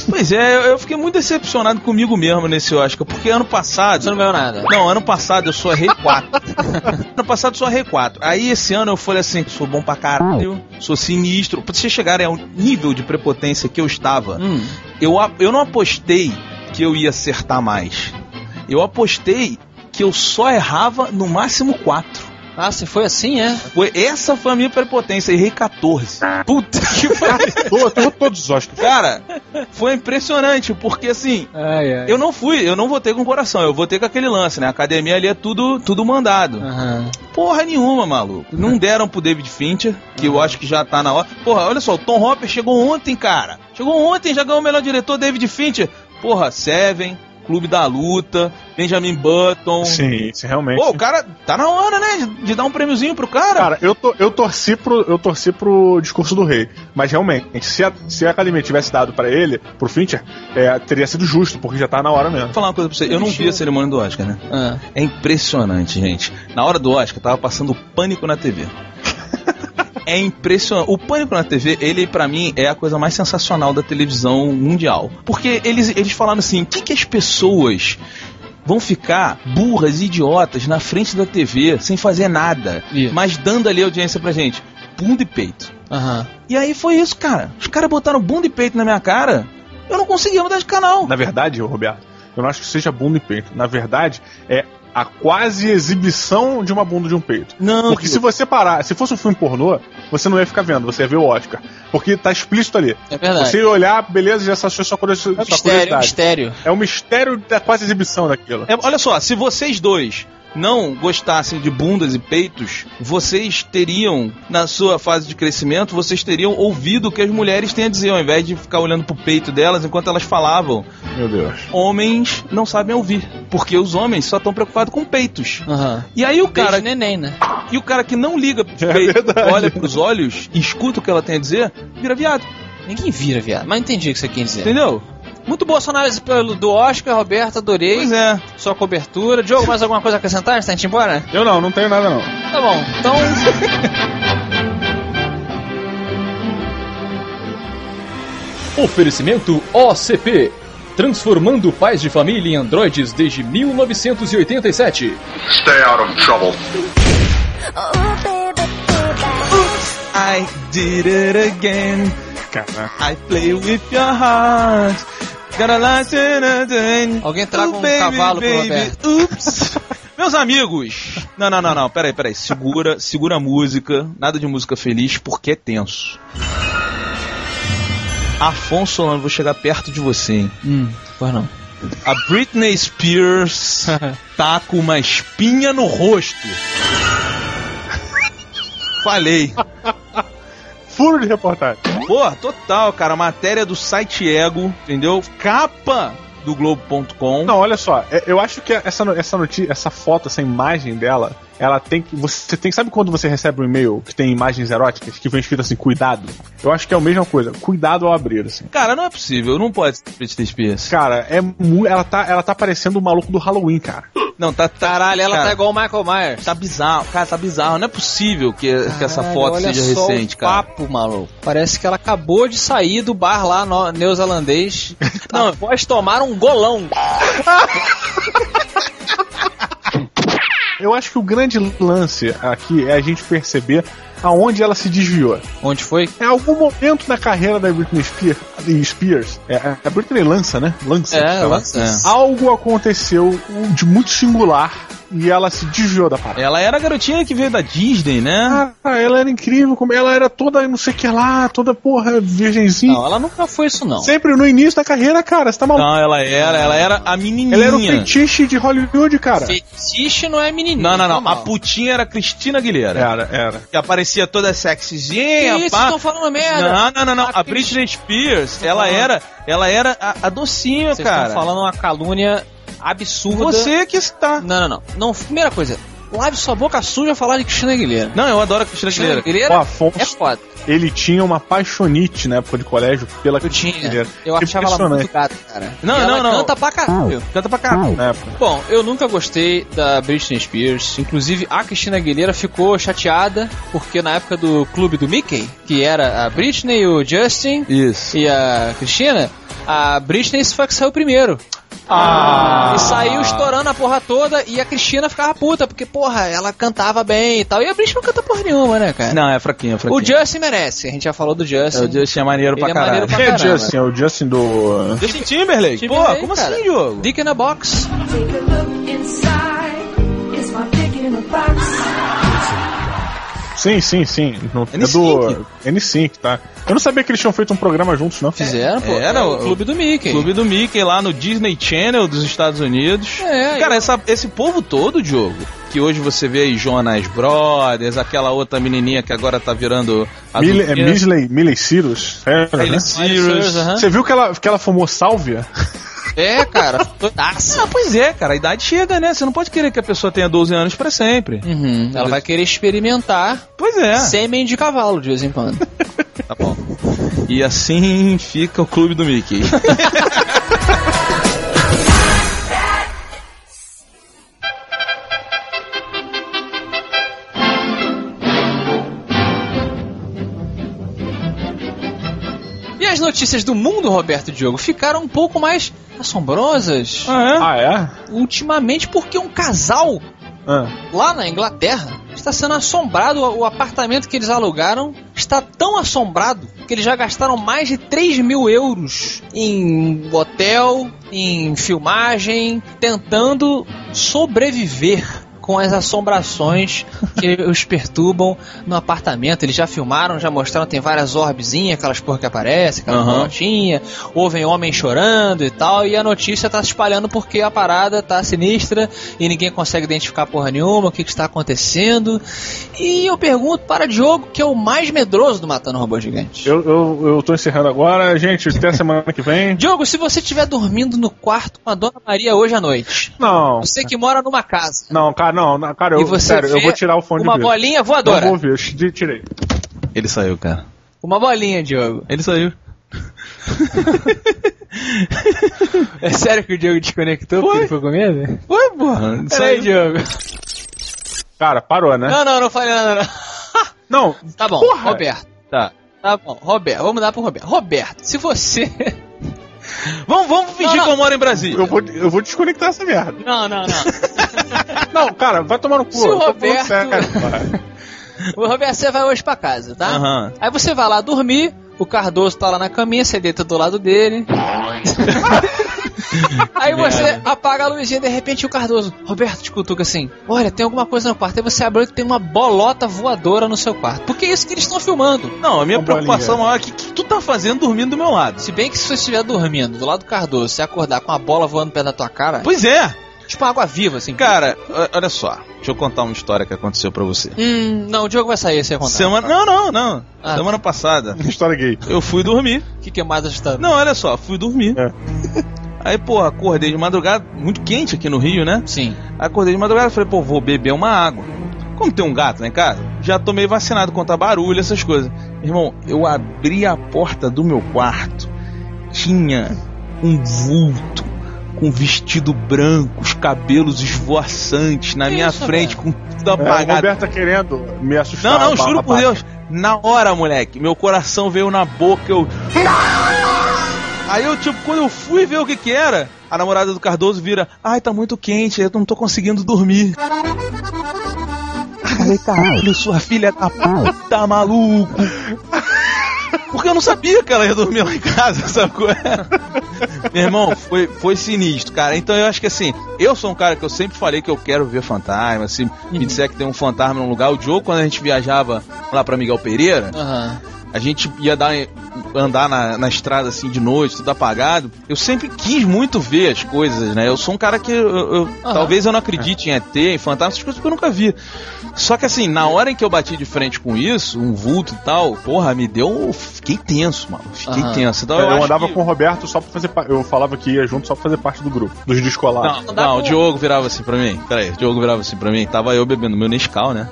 [SPEAKER 4] pois é, eu- eu fiquei muito decepcionado comigo mesmo nesse Oscar, porque ano passado.
[SPEAKER 2] Você não ganhou nada.
[SPEAKER 4] Não, ano passado eu só errei 4. ano passado eu só errei 4. Aí esse ano eu falei assim: sou bom pra caralho, sou sinistro. Pra vocês chegarem ao um nível de prepotência que eu estava,
[SPEAKER 2] Hum.
[SPEAKER 4] eu, a- eu não apostei que eu ia acertar mais. Eu apostei que eu só errava no máximo 4.
[SPEAKER 2] Ah, se foi assim, é?
[SPEAKER 4] Foi, essa foi a minha prepotência, errei 14. Puta que pariu.
[SPEAKER 3] Tô, tô, todos os Oscars.
[SPEAKER 4] Cara, foi impressionante, porque assim,
[SPEAKER 2] Ai, ai.
[SPEAKER 4] eu não fui, eu não votei com o coração, eu votei com aquele lance, né? A academia ali é tudo, tudo mandado.
[SPEAKER 2] Aham.
[SPEAKER 4] Porra nenhuma, maluco. Não deram pro David Fincher, que eu acho que já tá na hora. Porra, olha só, o Tom Hopper chegou ontem, cara. Chegou ontem, já ganhou o melhor diretor, David Fincher. Porra, Seven, Clube da Luta, Benjamin Button.
[SPEAKER 3] Sim, isso realmente.
[SPEAKER 4] Pô, o cara tá na hora, né? de- De dar um prêmiozinho pro cara.
[SPEAKER 3] Cara, eu, to- eu, torci pro, eu torci pro discurso do rei. Mas realmente, se a, se a academia tivesse dado pra ele, pro Fincher, é, teria sido justo, porque já tá na hora mesmo.
[SPEAKER 4] Vou falar uma coisa pra você. Eu não vi a cerimônia do Oscar, né?
[SPEAKER 2] Ah.
[SPEAKER 4] É impressionante, gente. Na hora do Oscar, tava passando pânico na TV. É impressionante. O pânico na TV, ele pra mim é a coisa mais sensacional da televisão mundial. Porque eles, eles falaram assim: o que, que as pessoas vão ficar burras, idiotas na frente da TV sem fazer nada,
[SPEAKER 2] Isso.
[SPEAKER 4] mas dando ali audiência pra gente? Bunda e peito.
[SPEAKER 2] Aham.
[SPEAKER 4] E aí foi isso, cara. Os caras botaram bunda e peito na minha cara. Eu não conseguia mudar de canal.
[SPEAKER 3] Na verdade, ô, Roberto, eu não acho que seja bunda e peito. Na verdade, é a quase exibição de uma bunda e de um peito.
[SPEAKER 4] Não,
[SPEAKER 3] Porque se você parar, se fosse um filme pornô, você não ia ficar vendo, você ia ver o Oscar. Porque tá explícito ali.
[SPEAKER 2] É verdade.
[SPEAKER 3] Você ia olhar, beleza, já saciou sua curios- sua
[SPEAKER 2] É um mistério, é um
[SPEAKER 3] curiosidade.
[SPEAKER 2] mistério.
[SPEAKER 3] É o mistério da quase exibição daquilo.
[SPEAKER 4] É, olha só, se vocês dois não gostassem de bundas e peitos, vocês teriam, na sua fase de crescimento, vocês teriam ouvido o que as mulheres têm a dizer, ao invés de ficar olhando pro peito delas enquanto elas falavam.
[SPEAKER 3] Meu Deus.
[SPEAKER 4] Homens não sabem ouvir, porque os homens só estão preocupados com peitos.
[SPEAKER 2] Aham.
[SPEAKER 4] E aí o cara,
[SPEAKER 2] Desde neném, né?
[SPEAKER 4] e o cara que não liga pro peito, olha pros olhos e escuta o que ela tem a dizer, vira viado,
[SPEAKER 2] Ninguém vira, viado. Mas entendi o que você quer dizer.
[SPEAKER 4] entendeu?
[SPEAKER 2] Muito boa sua análise pelo, do Oscar, Roberto. Adorei
[SPEAKER 4] Pois é.
[SPEAKER 2] sua cobertura. Diogo, mais alguma coisa a acrescentar antes da gente ir embora?
[SPEAKER 3] Eu não, não tenho nada não.
[SPEAKER 2] Tá bom. Então,
[SPEAKER 1] Oferecimento OCP transformando pais de família em androides desde 1987.
[SPEAKER 6] Stay out of trouble.
[SPEAKER 4] I did it again.
[SPEAKER 3] Caraca.
[SPEAKER 4] I play with your heart. Got a light in a day.
[SPEAKER 2] Alguém traga um cavalo pro Roberto.
[SPEAKER 4] Ups. Meus amigos. Não, não, não, não. Peraí, peraí. Segura, segura a música. Nada de música feliz porque é tenso. Afonso Solano, vou chegar perto de você, hein?
[SPEAKER 2] hum, pois não.
[SPEAKER 4] A Britney Spears tá com uma espinha no rosto. Falei.
[SPEAKER 3] Furo de reportagem.
[SPEAKER 4] Porra, total, cara. Matéria do site Ego, entendeu? Capa do Globo.com.
[SPEAKER 3] Não, olha só, é- eu acho que essa, no- essa notícia, essa foto, essa imagem dela, ela tem que. Você tem. Sabe quando você recebe um e-mail que tem imagens eróticas que vem escrito assim, cuidado? Eu acho que é a mesma coisa, cuidado ao abrir, assim.
[SPEAKER 4] Cara, não é possível. Não pode ser Britney Spears.
[SPEAKER 3] Cara, é mu- ela tá, ela tá parecendo o maluco do Halloween, cara.
[SPEAKER 4] Não, tá... tá
[SPEAKER 2] Caralho, ela
[SPEAKER 4] cara,
[SPEAKER 2] tá igual o Michael Myers.
[SPEAKER 4] Tá bizarro. Cara, tá bizarro. Não é possível que, que essa
[SPEAKER 2] Caralho,
[SPEAKER 4] foto
[SPEAKER 2] olha
[SPEAKER 4] seja
[SPEAKER 2] só
[SPEAKER 4] recente,
[SPEAKER 2] o
[SPEAKER 4] cara.
[SPEAKER 2] papo, maluco. Parece que ela acabou de sair do bar lá no- neozelandês. Não, após tomar um golão.
[SPEAKER 3] Eu acho que o grande lance aqui é a gente perceber aonde ela se desviou.
[SPEAKER 2] Onde foi?
[SPEAKER 3] Em algum momento na carreira da Britney Spears, de Spears é, é- a Britney lança, né? Lança. sei lá.
[SPEAKER 2] ela-
[SPEAKER 4] É.
[SPEAKER 3] Algo aconteceu de muito singular e ela se desviou da parada.
[SPEAKER 4] Ela era a garotinha que veio da Disney, né?
[SPEAKER 3] Cara, Ah, ela era incrível, como ela era toda não sei o que lá, toda porra, virgenzinha.
[SPEAKER 2] Não, ela nunca foi isso, não.
[SPEAKER 3] Sempre no início da carreira, cara, você tá maluco.
[SPEAKER 4] Não, ela era, ela era a menininha.
[SPEAKER 3] Ela era o
[SPEAKER 2] é.
[SPEAKER 3] fetiche de Hollywood, cara.
[SPEAKER 2] Fetiche não é menininho.
[SPEAKER 4] Não, não, não. A putinha era a Cristina Aguilera.
[SPEAKER 3] Era, era.
[SPEAKER 4] Que aparecia toda
[SPEAKER 2] Que
[SPEAKER 4] sexyzinha,
[SPEAKER 2] isso,
[SPEAKER 4] pá.
[SPEAKER 2] estão falando merda.
[SPEAKER 4] Não, não, não, não. A
[SPEAKER 2] Aqui-
[SPEAKER 4] Britney Spears, ela
[SPEAKER 2] falando.
[SPEAKER 4] era, ela era a, a docinha,
[SPEAKER 2] Vocês
[SPEAKER 4] cara.
[SPEAKER 2] estão falando uma calúnia absurda.
[SPEAKER 4] Você que está.
[SPEAKER 2] Não, não, não. Não, primeira coisa. Lave sua boca suja a falar de Cristina Aguilera.
[SPEAKER 4] Não, eu adoro a Cristina
[SPEAKER 2] Cristina
[SPEAKER 4] Aguilera.
[SPEAKER 3] O
[SPEAKER 2] Aguilera
[SPEAKER 3] Afonso,
[SPEAKER 2] é foda.
[SPEAKER 3] ele tinha uma paixonite na época de colégio pela
[SPEAKER 2] Eu
[SPEAKER 3] Cristina
[SPEAKER 2] tinha.
[SPEAKER 3] Aguilera.
[SPEAKER 2] Eu achava ela muito
[SPEAKER 3] Impressionante
[SPEAKER 2] gata, cara.
[SPEAKER 4] Não,
[SPEAKER 2] E ela
[SPEAKER 4] não, não.
[SPEAKER 2] canta pra caralho. né?
[SPEAKER 4] Canta pra cá.
[SPEAKER 3] na época.
[SPEAKER 2] Bom, eu nunca gostei da Britney Spears. Inclusive, a Cristina Aguilera ficou chateada porque na época do clube do Mickey, que era a Britney, o Justin
[SPEAKER 4] Isso.
[SPEAKER 2] e a Cristina, a Britney se foi a que saiu primeiro.
[SPEAKER 4] Ah.
[SPEAKER 2] E saiu estourando a porra toda e a Cristina ficava puta, porque, porra, ela cantava bem e tal. E a Britney não canta porra nenhuma, né, cara?
[SPEAKER 4] Não, é fraquinha, é fraquinha.
[SPEAKER 2] O Justin merece, a gente já falou do Justin.
[SPEAKER 4] É, o Justin é maneiro
[SPEAKER 2] Ele
[SPEAKER 4] pra
[SPEAKER 2] é
[SPEAKER 4] caralho.
[SPEAKER 2] maneiro pra
[SPEAKER 3] Quem é o
[SPEAKER 2] caramba.
[SPEAKER 3] Justin? É o Justin do. uh,
[SPEAKER 4] Justin Timberlake.
[SPEAKER 2] Timberlake,
[SPEAKER 4] Pô, como
[SPEAKER 2] cara.
[SPEAKER 4] assim, Diogo?
[SPEAKER 2] Dick in a Box.
[SPEAKER 10] Take a look inside. Is my dick in a box?
[SPEAKER 3] Sim, sim, sim. No- É do N5, tá? Eu não sabia que eles tinham feito um programa juntos, não.
[SPEAKER 2] Fizeram, pô.
[SPEAKER 4] Era
[SPEAKER 2] É
[SPEAKER 4] o-
[SPEAKER 2] o clube do Mickey.
[SPEAKER 4] Clube do Mickey lá no Disney Channel dos Estados Unidos.
[SPEAKER 2] É,
[SPEAKER 4] Cara, essa- esse povo todo, Diogo, que hoje você vê aí Jonas Brothers, aquela outra menininha que agora tá virando a
[SPEAKER 3] Miley, é
[SPEAKER 4] Duquesa,
[SPEAKER 3] Misley, Miley Cyrus? É,
[SPEAKER 4] Miley
[SPEAKER 3] né?
[SPEAKER 4] Cyrus.
[SPEAKER 2] aham.
[SPEAKER 3] Você viu que ela, que ela fumou sálvia?
[SPEAKER 2] É, cara.
[SPEAKER 4] Ah, pois é, cara, a idade chega, né? Você não pode querer que a pessoa tenha 12 anos pra sempre.
[SPEAKER 2] Uhum, ela vai querer experimentar
[SPEAKER 4] Pois é.
[SPEAKER 2] sêmen de cavalo de vez em quando.
[SPEAKER 4] Tá bom. E assim fica o Clube do Mickey.
[SPEAKER 2] E as notícias do mundo, Roberto e Diogo, ficaram um pouco mais assombrosas
[SPEAKER 4] Ah,
[SPEAKER 3] Ah, é?
[SPEAKER 2] ultimamente porque um casal
[SPEAKER 3] Ah.
[SPEAKER 2] lá na Inglaterra está sendo assombrado. O apartamento que eles alugaram está tão assombrado que eles já gastaram mais de 3 mil euros em hotel, em filmagem, tentando sobreviver com as assombrações que os perturbam no apartamento. Eles já filmaram, já mostraram, tem várias orbezinhas, aquelas porra que aparecem, aquela
[SPEAKER 4] Aham.
[SPEAKER 2] bolotinha, ouvem homens chorando e tal, e a notícia tá se espalhando porque a parada tá sinistra e ninguém consegue identificar porra nenhuma, o que que está acontecendo. E eu pergunto para Diogo, que é o mais medroso do Matando Robô Gigante.
[SPEAKER 3] Eu, eu, eu tô encerrando agora, gente. Até semana que vem.
[SPEAKER 2] Diogo, se você estiver dormindo no quarto com a Dona Maria hoje à noite,
[SPEAKER 3] Não.
[SPEAKER 2] você que mora numa casa,
[SPEAKER 3] Não, cara, não, não, cara,
[SPEAKER 2] E
[SPEAKER 3] eu,
[SPEAKER 2] você
[SPEAKER 3] sério, eu
[SPEAKER 2] vê
[SPEAKER 3] vou tirar o fone
[SPEAKER 2] uma
[SPEAKER 3] de ouvido.
[SPEAKER 2] bolinha
[SPEAKER 3] Não vou
[SPEAKER 2] voadora.
[SPEAKER 3] ouvir, eu te- tirei.
[SPEAKER 4] Ele saiu, cara.
[SPEAKER 2] Uma bolinha, Diogo.
[SPEAKER 4] Ele saiu.
[SPEAKER 2] É sério que o Diogo desconectou porque ele foi com medo?
[SPEAKER 4] Ué, porra. Ah, Ele
[SPEAKER 2] Peraí,
[SPEAKER 4] saiu.
[SPEAKER 2] Diogo.
[SPEAKER 3] Cara, parou, né?
[SPEAKER 2] Não, não, não falei nada, não.
[SPEAKER 3] Não,
[SPEAKER 2] Tá bom,
[SPEAKER 3] Porra!
[SPEAKER 2] Roberto.
[SPEAKER 4] Tá.
[SPEAKER 2] Tá bom, Roberto. Vamos mudar pro Roberto. Roberto, se você.
[SPEAKER 4] Vamos, vamos
[SPEAKER 2] Não,
[SPEAKER 4] fingir
[SPEAKER 2] não.
[SPEAKER 4] que eu moro em Brasília.
[SPEAKER 3] eu vou, eu vou desconectar essa merda.
[SPEAKER 2] Não, não, não.
[SPEAKER 3] Não, cara, vai tomar no cu.
[SPEAKER 2] Se o
[SPEAKER 3] eu tô falando
[SPEAKER 2] Roberto-
[SPEAKER 3] sério, cara.
[SPEAKER 2] o Roberto, você vai hoje pra casa, tá?
[SPEAKER 4] Aham.
[SPEAKER 2] Aí você vai lá dormir, o Cardoso tá lá na caminha, você deita do lado dele. Aí você apaga a luzinha e de repente o Cardoso, Roberto, te cutuca assim: Olha, tem alguma coisa no quarto. Aí você abre e tem uma bolota voadora no seu quarto. Porque é isso que eles estão filmando.
[SPEAKER 4] Não, a minha
[SPEAKER 3] Uma
[SPEAKER 4] preocupação
[SPEAKER 3] bolinha.
[SPEAKER 4] maior é que, que tu tá fazendo dormindo do meu lado.
[SPEAKER 2] Se bem que se você estiver dormindo do lado do Cardoso, você acordar com a bola voando perto da tua cara,
[SPEAKER 4] Pois é.
[SPEAKER 2] tipo uma água viva, assim.
[SPEAKER 4] Cara, o- olha só. Deixa eu contar uma história que aconteceu pra você.
[SPEAKER 2] Hum, não, o Diogo vai sair sem contar.
[SPEAKER 4] Semana... Não, não, não.
[SPEAKER 2] Ah.
[SPEAKER 4] Semana passada,
[SPEAKER 3] História gay.
[SPEAKER 4] eu fui dormir.
[SPEAKER 2] O que, que é mais assustador?
[SPEAKER 4] Não, olha só, fui dormir.
[SPEAKER 3] É.
[SPEAKER 4] Aí, porra, acordei de madrugada, muito quente aqui no Rio, né?
[SPEAKER 2] Sim.
[SPEAKER 4] Aí Acordei de madrugada, falei, pô, vou beber uma água. Como tem um gato lá em casa, já tomei vacinado contra barulho, essas coisas. Irmão, eu abri a porta do meu quarto, tinha um vulto com vestido branco, os cabelos esvoaçantes na
[SPEAKER 2] Que
[SPEAKER 4] minha
[SPEAKER 2] isso,
[SPEAKER 4] frente, com tudo
[SPEAKER 3] É, o
[SPEAKER 4] apagado.
[SPEAKER 3] Roberto tá querendo me assustar.
[SPEAKER 4] não,
[SPEAKER 3] ba-
[SPEAKER 4] não, juro por
[SPEAKER 3] babaca.
[SPEAKER 4] Deus. Na hora, moleque, meu coração veio na boca, eu. Aí eu, tipo, quando eu fui ver o que que era, a namorada do Cardoso vira, ai, tá muito quente, eu não tô conseguindo dormir. Falei, caralho, sua filha tá, tá maluco. Porque eu não sabia que ela ia dormir lá em casa, sacou? Meu irmão, foi, foi sinistro, cara. Então eu acho que assim, eu sou um cara que eu sempre falei que eu quero ver fantasma. Se me disser que tem um fantasma num lugar, o Diogo, quando a gente viajava lá pra Miguel Pereira,
[SPEAKER 2] Aham.
[SPEAKER 4] a gente ia dar, andar na, na estrada assim de noite, tudo apagado. Eu sempre quis muito ver as coisas, né? Eu sou um cara que eu- eu- eu- talvez eu não acredite em ET, em fantasma, essas coisas porque eu nunca vi. Só que assim, na hora em que eu bati de frente com isso, um vulto e tal, porra, me deu. Fiquei tenso, mano. Fiquei
[SPEAKER 2] Aham.
[SPEAKER 4] tenso. Então,
[SPEAKER 3] É, eu
[SPEAKER 4] acho
[SPEAKER 3] andava
[SPEAKER 4] que-
[SPEAKER 3] com um o Roberto só pra fazer. pa- Eu falava que ia junto só pra fazer parte do grupo, dos descolados.
[SPEAKER 4] Não, não, o Diogo virava assim pra mim. Peraí, o Diogo virava assim pra mim. Tava eu bebendo meu Nescau, né?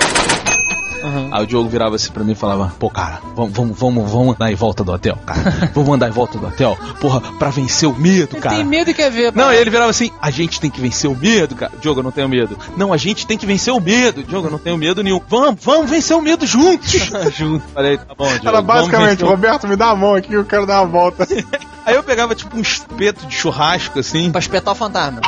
[SPEAKER 2] Aham.
[SPEAKER 4] Aí o Diogo virava assim pra mim e falava: Pô, cara, vamos, vamos, vamos, vamos andar em volta do hotel, cara. Vamos andar em volta do hotel, porra, pra vencer o medo, cara.
[SPEAKER 2] Tem medo e quer ver.
[SPEAKER 4] Não,
[SPEAKER 2] pá.
[SPEAKER 4] ele virava assim: A gente tem que vencer o medo, cara. Diogo, eu não tenho medo. Não, a gente tem que vencer o medo. Diogo, eu não tenho medo nenhum. Vamos, vamos vencer o medo juntos. Juntos. Falei, tá bom, Diogo.
[SPEAKER 3] Era
[SPEAKER 4] vamos
[SPEAKER 3] basicamente,
[SPEAKER 4] vencer o-
[SPEAKER 3] Roberto, me dá a mão aqui, eu quero dar uma volta.
[SPEAKER 4] Aí eu pegava tipo um espeto de churrasco assim.
[SPEAKER 2] Pra espetar o fantasma.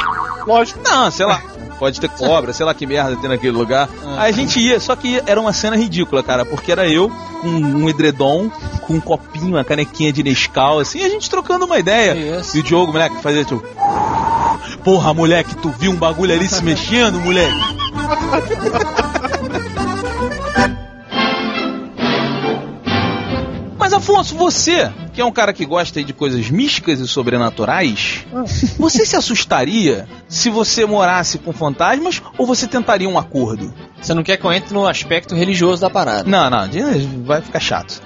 [SPEAKER 3] Lógico.
[SPEAKER 4] Não, sei lá. Pode ter cobra, sei lá que merda tem naquele lugar.
[SPEAKER 2] Ah,
[SPEAKER 4] Aí a gente ia, só que era uma cena ridícula, cara, porque era eu com um edredom, com um copinho, uma canequinha de Nescau, assim, e a gente trocando uma ideia.
[SPEAKER 2] Isso.
[SPEAKER 4] E o Diogo, moleque, fazia tipo. Porra, moleque, tu viu um bagulho ali se mexendo, moleque? Mas Afonso, você, que é um cara que gosta aí de coisas místicas e sobrenaturais, você se assustaria se você morasse com fantasmas ou você tentaria um acordo?
[SPEAKER 2] Você não quer que eu entre no aspecto religioso da parada.
[SPEAKER 4] Não, não, de- vai ficar chato.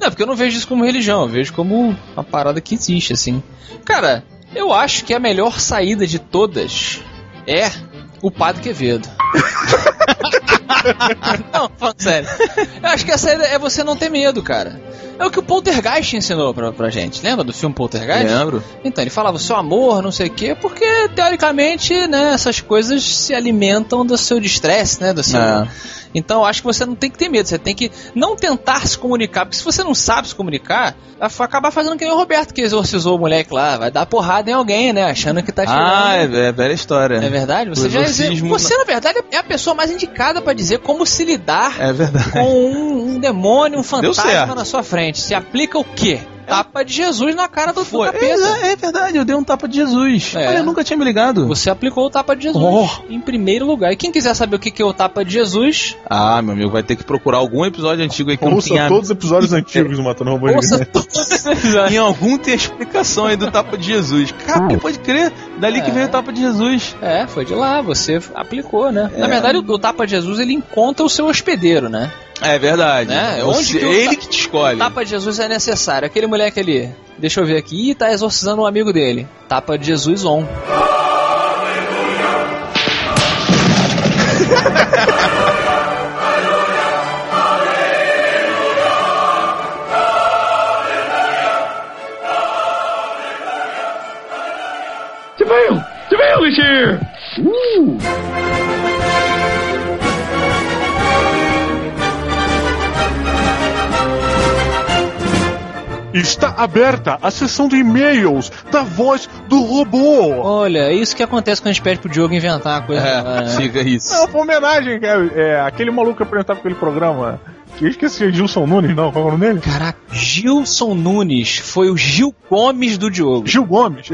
[SPEAKER 2] Não, porque eu não vejo isso como religião, eu vejo como uma parada que existe, assim. Cara, eu acho que a melhor saída de todas é o Padre Quevedo. não, falando sério. Eu acho que a saída é você não ter medo, cara. É o que o Poltergeist ensinou pra, pra gente. Lembra do filme Poltergeist?
[SPEAKER 4] Lembro.
[SPEAKER 2] Então, ele falava seu amor, não sei o quê, porque teoricamente, né, essas coisas se alimentam do seu estresse, né, do seu...
[SPEAKER 4] É.
[SPEAKER 2] Então, eu acho que você não tem que ter medo, você tem que não tentar se comunicar, porque se você não sabe se comunicar, vai fa- acabar fazendo que nem o Roberto que exorcizou o moleque lá, vai dar porrada em alguém, né, achando que tá chegando.
[SPEAKER 4] Ah, é, é velha história.
[SPEAKER 2] É verdade? Você,
[SPEAKER 4] O
[SPEAKER 2] já,
[SPEAKER 4] exorcismo-
[SPEAKER 2] você, na verdade, é a pessoa mais indicada pra dizer como se lidar
[SPEAKER 4] É verdade.
[SPEAKER 2] com um, um demônio, um fantasma
[SPEAKER 4] certo. É.
[SPEAKER 2] na sua frente. Se aplica o quê? Tapa de Jesus na cara do, do
[SPEAKER 4] Foi.
[SPEAKER 2] capeta.
[SPEAKER 4] É, é verdade, eu dei um tapa de Jesus.
[SPEAKER 2] É.
[SPEAKER 4] Olha, eu nunca tinha me ligado.
[SPEAKER 2] Você aplicou o tapa de Jesus
[SPEAKER 4] Oh.
[SPEAKER 2] em primeiro lugar. E quem quiser saber o que que é o tapa de Jesus,
[SPEAKER 4] Ah, meu amigo, vai ter que procurar algum episódio antigo aí que eu não
[SPEAKER 3] Ouça
[SPEAKER 4] tinha.
[SPEAKER 3] todos os episódios antigos do Matando Robô
[SPEAKER 2] ouça
[SPEAKER 4] é.
[SPEAKER 3] Gigante.
[SPEAKER 2] todos os
[SPEAKER 4] Em algum tem a explicação aí do tapa de Jesus. Cara, pode crer, dali que
[SPEAKER 2] É.
[SPEAKER 4] veio o tapa de Jesus.
[SPEAKER 2] É, foi de lá, você aplicou,
[SPEAKER 4] É.
[SPEAKER 2] né? Na verdade, o, o tapa de Jesus ele encontra o seu hospedeiro, né?
[SPEAKER 4] É verdade.
[SPEAKER 2] Né?
[SPEAKER 4] Você-
[SPEAKER 2] Onde que o
[SPEAKER 4] ele
[SPEAKER 2] ta-
[SPEAKER 4] que te escolhe.
[SPEAKER 2] O tapa de Jesus é necessário. Aquele moleque ali, deixa eu ver aqui, Ih, tá exorcizando um amigo dele. Tapa de Jesus on.
[SPEAKER 3] Está aberta a sessão de e-mails da voz do robô.
[SPEAKER 2] Olha, é isso que acontece quando a gente pede pro Diogo inventar uma coisa. nova,
[SPEAKER 4] É,
[SPEAKER 2] né?
[SPEAKER 4] fica isso.
[SPEAKER 3] Não, foi uma homenagem, cara. É, aquele maluco que apresentava aquele programa. Eu esqueci, é Gilson Nunes, não, qual é o nome dele?
[SPEAKER 2] Caraca, Gilson Nunes foi o Gil Gomes do Diogo.
[SPEAKER 3] Gil Gomes.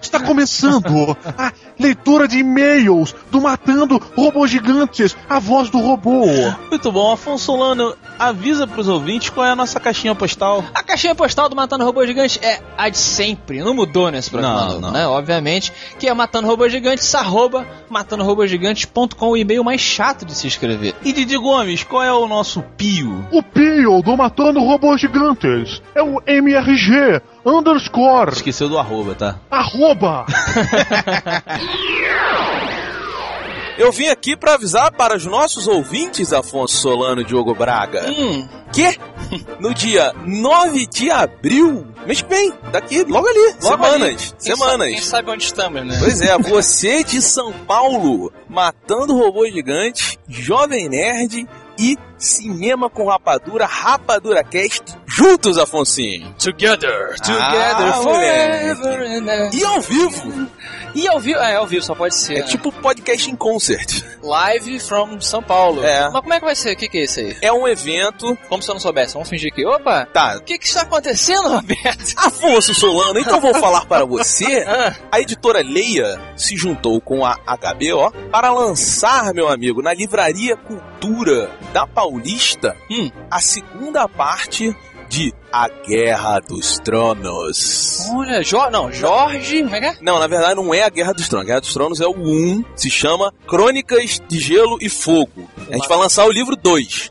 [SPEAKER 3] Está começando a leitura de e-mails do Matando Robôs Gigantes, a voz do robô.
[SPEAKER 4] Muito bom, Afonso Solano, avisa pros ouvintes qual é a nossa caixinha postal.
[SPEAKER 2] A caixinha postal do Matando Robô Gigante é a de sempre, não mudou nesse programa,
[SPEAKER 4] Não,
[SPEAKER 2] novo,
[SPEAKER 4] não.
[SPEAKER 2] né? Obviamente, que é matando robô gigante, arroba matandorobogigante.com, o e-mail mais chato de se escrever.
[SPEAKER 4] E Didi Gomes, qual é o nosso pio?
[SPEAKER 3] O Pio do Matando Robôs Gigantes é o MRG underscore
[SPEAKER 4] Esqueceu do arroba, tá?
[SPEAKER 3] arroba.
[SPEAKER 4] Eu vim aqui pra avisar para os nossos ouvintes, Afonso Solano e Diogo Braga,
[SPEAKER 2] Hum,
[SPEAKER 4] que no dia 9 de abril, mês que vem, daqui, logo ali,
[SPEAKER 2] Logo
[SPEAKER 4] semanas,
[SPEAKER 2] quem sabe- Quem
[SPEAKER 4] semanas.
[SPEAKER 2] sabe onde estamos, né?
[SPEAKER 4] Pois é, você de São Paulo, matando robô gigante, jovem nerd e cinema com rapadura, rapadura cast, juntos, Afonsinho.
[SPEAKER 1] Together!
[SPEAKER 2] Together
[SPEAKER 4] Ah,
[SPEAKER 2] forever and ever.
[SPEAKER 4] E ao vivo.
[SPEAKER 2] E ao vivo, né? é, ao vivo só pode ser.
[SPEAKER 4] É tipo podcast em concert.
[SPEAKER 2] Live from São Paulo.
[SPEAKER 4] É.
[SPEAKER 2] Mas como é que vai ser? O que, que é isso aí?
[SPEAKER 4] É um evento.
[SPEAKER 2] Como se eu não soubesse? Vamos fingir que. Opa!
[SPEAKER 4] Tá.
[SPEAKER 2] O que, que está acontecendo, Roberto?
[SPEAKER 4] Afonso Solano, então vou falar para você. A editora Leia se juntou com a HBO para lançar, meu amigo, na Livraria Cultura da Paulista,
[SPEAKER 2] Hum.
[SPEAKER 4] a segunda parte de A Guerra dos Tronos.
[SPEAKER 2] Olha, jo... não, Jorge. Como é que é?
[SPEAKER 4] Não, na verdade não é a Guerra dos Tronos. A Guerra dos Tronos é o 1, se chama Crônicas de Gelo e Fogo. A gente vai lançar o livro 2.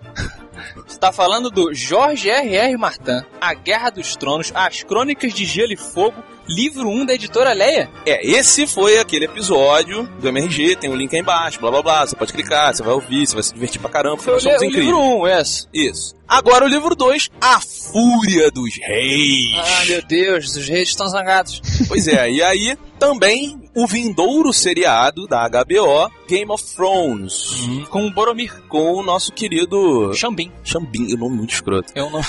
[SPEAKER 2] Você tá falando do Jorge R.R. Martin, A Guerra dos Tronos, As Crônicas de Gelo e Fogo, livro 1 da editora Leia.
[SPEAKER 4] É, esse foi aquele episódio do MRG, tem o link aí embaixo, blá blá blá, você pode clicar, você vai ouvir, você vai se divertir pra caramba, porque
[SPEAKER 2] Foi o,
[SPEAKER 4] nós somos
[SPEAKER 2] li- o
[SPEAKER 4] incríveis.
[SPEAKER 2] livro 1, esse.
[SPEAKER 4] Isso. Agora o livro 2, A Fúria dos Reis.
[SPEAKER 2] Ah, meu Deus, os reis estão zangados.
[SPEAKER 4] Pois é, e aí também o vindouro seriado da HBO, Game of Thrones,
[SPEAKER 2] Uhum. Com o Boromir.
[SPEAKER 4] com o nosso querido
[SPEAKER 2] Xambim.
[SPEAKER 4] Xambim, o nome muito escroto.
[SPEAKER 2] Eu não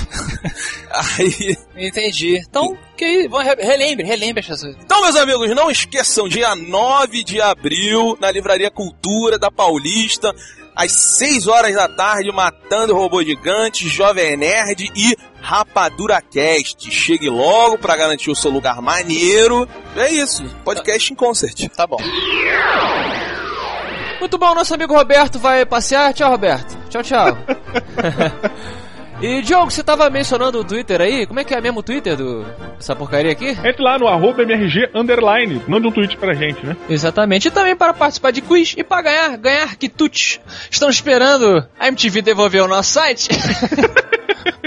[SPEAKER 4] Aí
[SPEAKER 2] entendi. Então, que aí, vamos re- relembre, relembre as pessoas.
[SPEAKER 4] Então, meus amigos, não esqueçam, dia 9 de abril, na Livraria Cultura da Paulista, às 6 horas da tarde, Matando Robô Gigante, Jovem Nerd e Rapadura Cast. Chegue logo pra garantir o seu lugar maneiro. É isso, podcast em concert.
[SPEAKER 2] Tá bom. Muito bom, nosso amigo Roberto vai passear. Tchau, Roberto. Tchau, tchau. e, Diogo, você tava mencionando o Twitter aí? Como é que é mesmo o Twitter do... dessa porcaria aqui?
[SPEAKER 3] Entre lá no arroba MRG underline. Mande um tweet pra gente, né?
[SPEAKER 2] Exatamente. E também para participar de quiz e para ganhar, ganhar quitutes. Estamos esperando a MTV devolver o nosso site.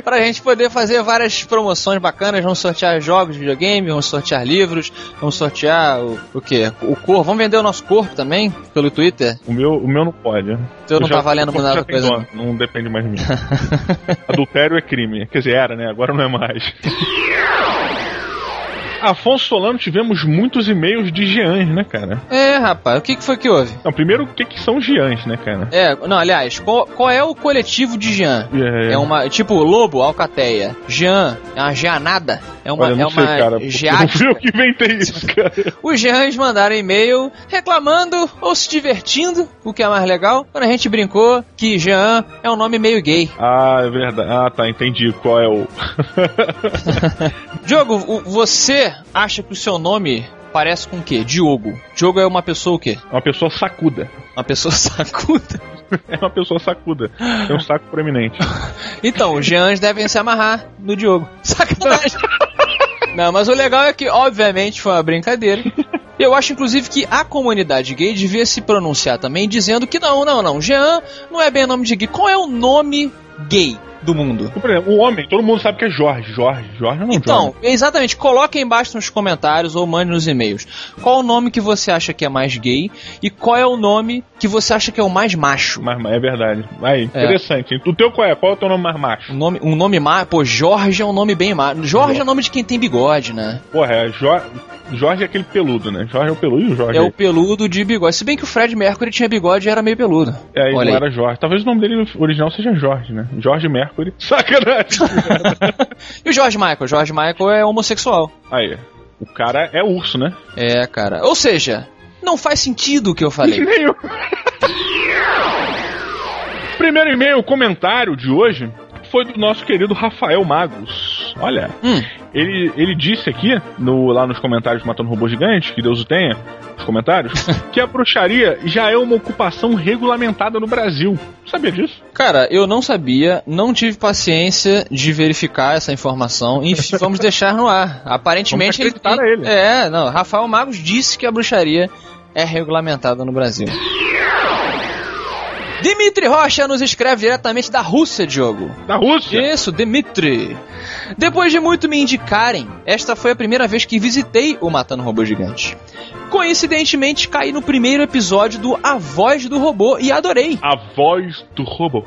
[SPEAKER 2] Pra gente poder fazer várias promoções bacanas, vamos sortear jogos de videogame, vamos sortear livros, vamos sortear o, o quê? O corpo, vamos vender o nosso corpo também pelo Twitter.
[SPEAKER 3] O meu, o meu não pode.
[SPEAKER 2] Então não tá valendo
[SPEAKER 3] por
[SPEAKER 2] nada coisa. não.
[SPEAKER 3] Não depende mais de mim. Adultério é crime. Quer dizer, era, né? Agora não é mais. Afonso Solano, tivemos muitos e-mails de Jeans, né, cara?
[SPEAKER 2] É, rapaz, o que, que foi que houve?
[SPEAKER 3] Não, primeiro, o que, que são Jeans, né, cara?
[SPEAKER 2] É, não, aliás, qual, qual é o coletivo de Jean? É uma, tipo, lobo, alcateia. Jean, é uma geanada. É uma,
[SPEAKER 3] Olha,
[SPEAKER 2] é
[SPEAKER 3] não
[SPEAKER 2] uma
[SPEAKER 3] sei, cara. porque Não
[SPEAKER 2] geática.
[SPEAKER 3] fui eu que inventei isso, cara.
[SPEAKER 2] Os Jeans mandaram e-mail reclamando ou se divertindo, o que é mais legal, quando a gente brincou que Jean é um nome meio gay.
[SPEAKER 3] Ah, é verdade. Ah, tá. Entendi qual é o.
[SPEAKER 2] Diogo, o- você acha que o seu nome parece com o quê? Diogo. Diogo é uma pessoa o quê?
[SPEAKER 3] Uma pessoa sacuda.
[SPEAKER 2] Uma pessoa sacuda?
[SPEAKER 3] É uma pessoa sacuda. Tem um saco proeminente.
[SPEAKER 2] Então, os Jeans devem se amarrar no Diogo. Sacanagem. Não, mas o legal é que, obviamente, foi uma brincadeira. E Eu acho, inclusive, que a comunidade gay devia se pronunciar também, dizendo que não, não, não, Jean não é bem nome de gay. Qual é o nome gay do mundo?
[SPEAKER 3] Por exemplo, o homem, todo mundo sabe que é Jorge. Jorge, Jorge não é um
[SPEAKER 2] Então, exatamente, coloque aí embaixo nos comentários ou mande nos e-mails. Qual o nome que você acha que é mais gay e qual é o nome que você acha que é o mais macho?
[SPEAKER 3] Mas, mas é verdade. Aí,
[SPEAKER 2] É.
[SPEAKER 3] interessante. hein? O teu qual é? Qual é o teu nome mais macho?
[SPEAKER 2] Um nome, um nome macho, pô, Jorge é um nome bem macho. Jorge é o nome de quem tem bigode, né?
[SPEAKER 3] Porra, é Jo- Jorge é aquele peludo, né? Jorge é o peludo. Ih, o Jorge.
[SPEAKER 2] É o peludo de bigode. Se bem que o Fred Mercury tinha bigode e era meio peludo.
[SPEAKER 3] É, ele
[SPEAKER 2] Olha
[SPEAKER 3] não
[SPEAKER 2] aí.
[SPEAKER 3] era Jorge. Talvez o nome dele original seja Jorge, né? Jorge Mercury. Sacanagem!
[SPEAKER 2] E o George Michael? George Michael é homossexual.
[SPEAKER 3] Aí, o cara é urso, né?
[SPEAKER 2] É, cara. Ou seja, não faz sentido o que eu falei.
[SPEAKER 3] E-mail. Primeiro e-mail, o comentário de hoje foi do nosso querido Rafael Magos. Olha,
[SPEAKER 2] Hum.
[SPEAKER 3] ele, ele disse aqui, no, lá nos comentários do Matando Robô Gigante, que Deus o tenha, nos comentários, que a bruxaria já é uma ocupação regulamentada no Brasil. Sabia disso?
[SPEAKER 2] Cara, eu não sabia, não tive paciência de verificar essa informação. Enfim, vamos deixar no ar. Aparentemente
[SPEAKER 3] Vamos acreditar a ele.
[SPEAKER 2] É, não. Rafael Magos disse que a bruxaria é regulamentada no Brasil. Dimitri Rocha nos escreve diretamente da Rússia, Diogo.
[SPEAKER 3] Na Rússia?
[SPEAKER 2] Isso, Dimitri. Depois de muito me indicarem, esta foi a primeira vez que visitei o Matando Robô Gigante. Coincidentemente, caí no primeiro episódio do A Voz do Robô e adorei.
[SPEAKER 3] A voz do robô.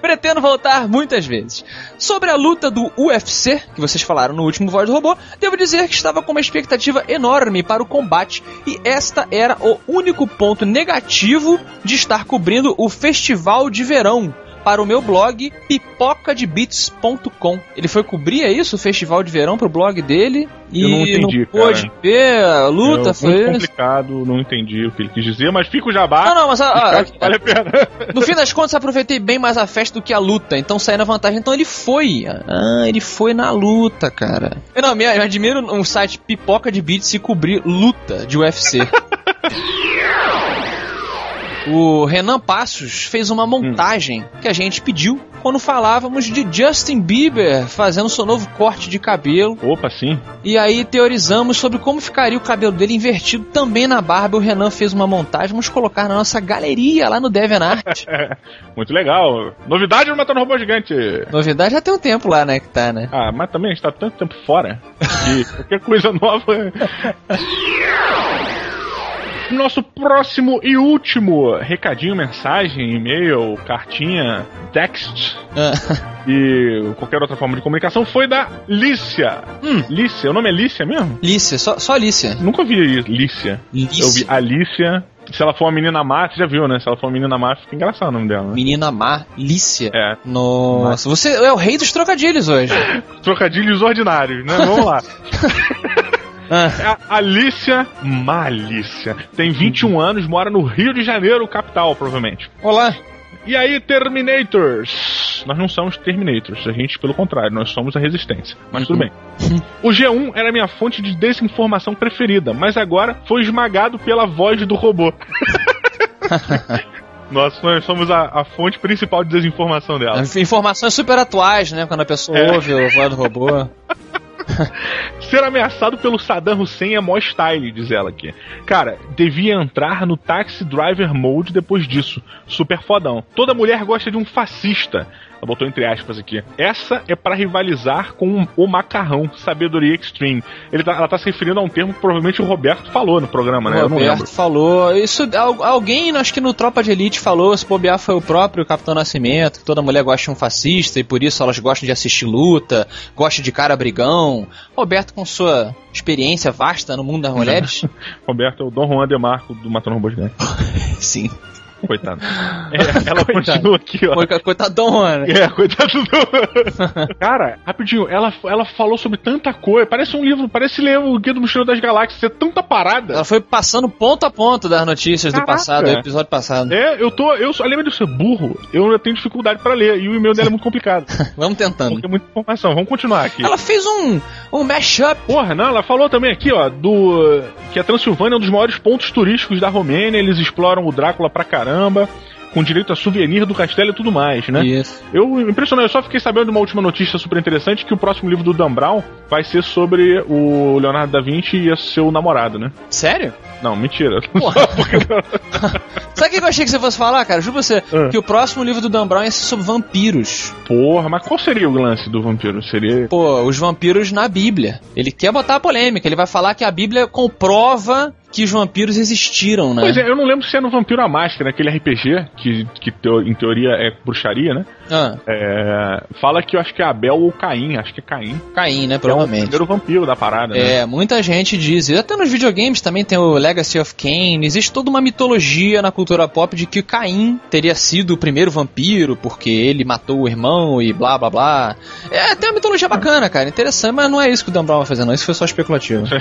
[SPEAKER 2] Pretendo voltar muitas vezes. Sobre a luta do UFC, que vocês falaram no último Voz do Robô, devo dizer que estava com uma expectativa enorme para o combate e esta era o único ponto negativo de estar cobrindo o Festival de Verão, para o meu blog pipocadebits.com. Ele foi cobrir é isso, o festival de verão pro blog dele e
[SPEAKER 3] Eu não entendi,
[SPEAKER 2] pôde
[SPEAKER 3] cara.
[SPEAKER 2] ver a luta,
[SPEAKER 3] Eu-
[SPEAKER 2] foi
[SPEAKER 3] muito complicado, não entendi o que ele quis dizer, mas fica o jabá.
[SPEAKER 2] Não, não, mas ah, a- a-
[SPEAKER 3] Fica- vale a pena.
[SPEAKER 2] No fim das contas, aproveitei bem mais a festa do que a luta, então saí na vantagem. Então ele foi. Ah, ele foi na luta, cara. Eu não, me eu admiro um site pipoca de beats se cobrir luta de UFC. O Renan Passos fez uma montagem que a gente pediu quando falávamos de Justin Bieber fazendo seu novo corte de cabelo.
[SPEAKER 3] Opa, sim.
[SPEAKER 2] E aí teorizamos sobre como ficaria o cabelo dele invertido também na barba. O Renan fez uma montagem, vamos colocar na nossa galeria lá no DeviantArt.
[SPEAKER 3] Muito legal. Novidade no Matando Robô Gigante.
[SPEAKER 2] Novidade já tem um tempo lá, né, que tá, né?
[SPEAKER 3] Ah, mas também a gente tá tanto tempo fora que qualquer coisa nova. Nosso próximo e último recadinho, mensagem, e-mail, cartinha, text e qualquer outra forma de comunicação foi da Lícia. Lícia, o nome é Lícia mesmo?
[SPEAKER 2] Lícia, só, só Lícia.
[SPEAKER 3] Nunca ouvi isso, Lícia.
[SPEAKER 2] Lícia.
[SPEAKER 3] Eu vi Alícia. Se ela for uma menina má, você já viu, né? Se ela for uma menina má, fica engraçado o nome dela, né?
[SPEAKER 2] Menina má, Lícia.
[SPEAKER 3] É.
[SPEAKER 2] Nossa, você é o rei dos trocadilhos hoje.
[SPEAKER 3] Trocadilhos ordinários, né? Vamos lá.
[SPEAKER 2] Ah,
[SPEAKER 3] É a Alícia Malícia. Tem 21 anos, mora no Rio de Janeiro, capital, provavelmente.
[SPEAKER 2] Olá.
[SPEAKER 3] E aí, Terminators? Nós não somos Terminators, a gente, pelo contrário, nós somos a Resistência. Mas tudo bem. O G1 era minha fonte de desinformação preferida, mas agora foi esmagado pela voz do robô. Nós nós somos a, a fonte principal de desinformação dela.
[SPEAKER 2] Informações super atuais, né? Quando a pessoa
[SPEAKER 3] É.
[SPEAKER 2] ouve o voz do robô.
[SPEAKER 3] Ser ameaçado pelo Saddam Hussein é mó style, diz ela aqui. Cara, devia entrar no Taxi Driver Mode depois disso. Super fodão. Toda mulher gosta de um fascista. Ela botou entre aspas aqui. Essa é pra rivalizar com um, o macarrão, sabedoria extreme. Ele tá- ela tá se referindo a um termo que provavelmente o Roberto falou no programa, né? Eu não lembro.
[SPEAKER 2] Roberto falou. Isso, al- alguém, acho que no Tropa de Elite falou, se bobear foi o próprio Capitão Nascimento, que toda mulher gosta de um fascista e por isso elas gostam de assistir luta, gosta de cara brigão. Roberto, com sua experiência vasta no mundo das mulheres.
[SPEAKER 3] Roberto é o Dom Juan Demarco do Matando Robôs Gigante.
[SPEAKER 2] Sim.
[SPEAKER 3] Coitado. É, ela continua aqui, ó.
[SPEAKER 2] Coi- Coitadona.
[SPEAKER 3] É, coitado do. Cara, rapidinho, ela, ela falou sobre tanta coisa. Parece um livro, parece ler o Guia do Mochileiro das Galáxias. É tanta parada.
[SPEAKER 2] Ela foi passando ponto a ponto das notícias
[SPEAKER 3] Caraca.
[SPEAKER 2] do passado, do episódio passado.
[SPEAKER 3] É, eu tô. Eu, sou- além de eu ser burro, eu ainda tenho dificuldade pra ler. E o e-mail dela é muito complicado.
[SPEAKER 2] Vamos tentando.
[SPEAKER 3] Porque é muita informação. Vamos continuar aqui.
[SPEAKER 2] Ela fez um, um mashup.
[SPEAKER 3] Porra, não, ela falou também aqui, ó, do. Que a Transilvânia é um dos maiores pontos turísticos da Romênia. Eles exploram o Drácula pra caramba. Com direito a souvenir do castelo e tudo mais, né?
[SPEAKER 2] Isso.
[SPEAKER 3] Eu impressionei, eu só fiquei sabendo de uma última notícia super interessante que o próximo livro do Dan Brown vai ser sobre o Leonardo da Vinci e seu namorado, né?
[SPEAKER 2] Sério?
[SPEAKER 3] Não, mentira.
[SPEAKER 2] Porra. Sabe o que eu achei que você fosse falar, cara? Juro pra você.
[SPEAKER 3] Ah.
[SPEAKER 2] Que o próximo livro do Dan Brown ia ser sobre vampiros.
[SPEAKER 3] Porra, mas qual seria o lance do vampiro? Seria.
[SPEAKER 2] Pô, os vampiros na Bíblia. Ele quer botar a polêmica. Ele vai falar que a Bíblia comprova que os vampiros existiram, né?
[SPEAKER 3] Pois é, eu não lembro se é no Vampiro à Máscara, aquele RPG, que, que teo- em teoria é bruxaria, né?
[SPEAKER 2] Ah,
[SPEAKER 3] É, fala que eu acho que é Abel ou Caim, acho que é Caim.
[SPEAKER 2] Caim, né?
[SPEAKER 3] Que é o
[SPEAKER 2] Provavelmente.
[SPEAKER 3] primeiro vampiro da parada, né?
[SPEAKER 2] É, muita gente diz, e até nos videogames também tem o Legacy of Kain, existe toda uma mitologia na cultura pop de que Caim teria sido o primeiro vampiro, porque ele matou o irmão e blá blá blá. É, tem uma mitologia bacana, cara, interessante, mas não é isso que o Dan Brown vai fazer não, isso foi só especulativo.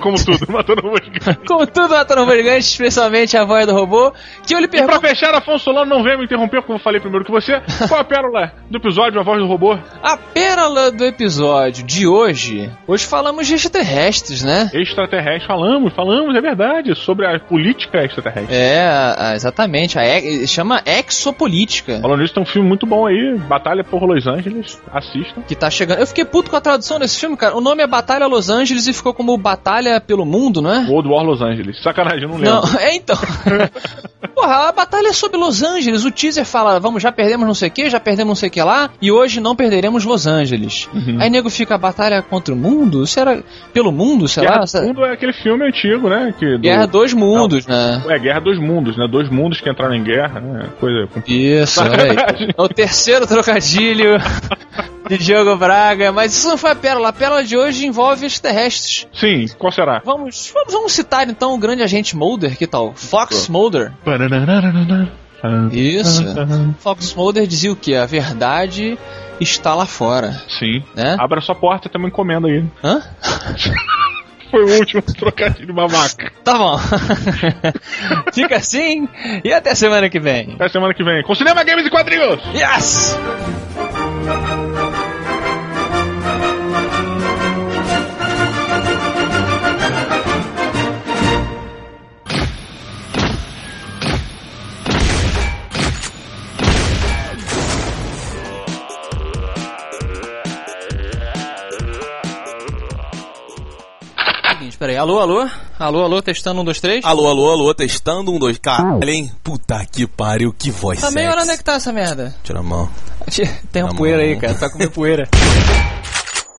[SPEAKER 3] Como tudo, matando o vampiro.
[SPEAKER 2] Contudo, Nathan Gigante, especialmente a voz do robô, que eu lhe
[SPEAKER 3] E pra
[SPEAKER 2] pergunto,
[SPEAKER 3] fechar, Afonso Solano, não venha me interromper, porque eu falei primeiro que você. Qual a pérola do episódio A Voz do Robô?
[SPEAKER 2] a pérola do episódio de hoje, hoje falamos de extraterrestres, né?
[SPEAKER 3] extraterrestre. Falamos, falamos, é verdade, sobre a política extraterrestre.
[SPEAKER 2] É, a- a- exatamente, a, ex- chama exopolítica.
[SPEAKER 3] Falando nisso, tem um filme muito bom aí, Batalha por Los Angeles. Assistam.
[SPEAKER 2] que tá chegando. Eu fiquei puto com a tradução desse filme, cara. O nome é Batalha Los Angeles e ficou como Batalha pelo Mundo, não é?
[SPEAKER 3] World War Los Angeles. Sacanagem, eu não lembro.
[SPEAKER 2] Não, é então. Porra, a batalha é sobre Los Angeles. O teaser fala, vamos, já perdemos não sei o que, já perdemos não sei o que lá, e hoje não perderemos Los Angeles.
[SPEAKER 3] Uhum.
[SPEAKER 2] Aí nego fica a batalha contra o mundo? Será pelo mundo, sei
[SPEAKER 3] Guerra
[SPEAKER 2] lá?
[SPEAKER 3] do
[SPEAKER 2] Será-
[SPEAKER 3] Mundo é aquele filme antigo, né? Que do-
[SPEAKER 2] Guerra dos Mundos, né?
[SPEAKER 3] É Guerra dos Mundos, né? Dois mundos que entraram em guerra, né? Coisa complicada.
[SPEAKER 2] Isso, olha aí. É o terceiro trocadilho de Diogo Braga, mas isso não foi a pérola. A pérola de hoje envolve extraterrestres.
[SPEAKER 3] Sim, qual será?
[SPEAKER 2] Vamos, vamos, vamos citar então o grande agente Mulder, que tal? Fox Mulder. Isso. Fox Mulder dizia o que? A verdade está lá fora.
[SPEAKER 3] Sim.
[SPEAKER 2] Né?
[SPEAKER 3] Abra sua porta e tem uma encomenda aí.
[SPEAKER 2] Hã?
[SPEAKER 3] Foi o último trocadilho babaca.
[SPEAKER 2] Tá bom. Fica assim e até semana que vem.
[SPEAKER 3] Até semana que vem. Com Cinema Games e Quadrinhos!
[SPEAKER 2] Yes! Seguinte, peraí. Alô, alô? Alô, alô, testando um, dois, três?
[SPEAKER 4] Alô, alô, alô, testando um, dois. Caralho, hein? Puta que pariu, que voz
[SPEAKER 2] Tá meia
[SPEAKER 4] sexy.
[SPEAKER 2] hora onde é que tá essa merda?
[SPEAKER 4] Tira a mão.
[SPEAKER 2] Tem uma
[SPEAKER 4] Tá
[SPEAKER 2] poeira aí,
[SPEAKER 4] bom.
[SPEAKER 2] cara. Tá com minha poeira.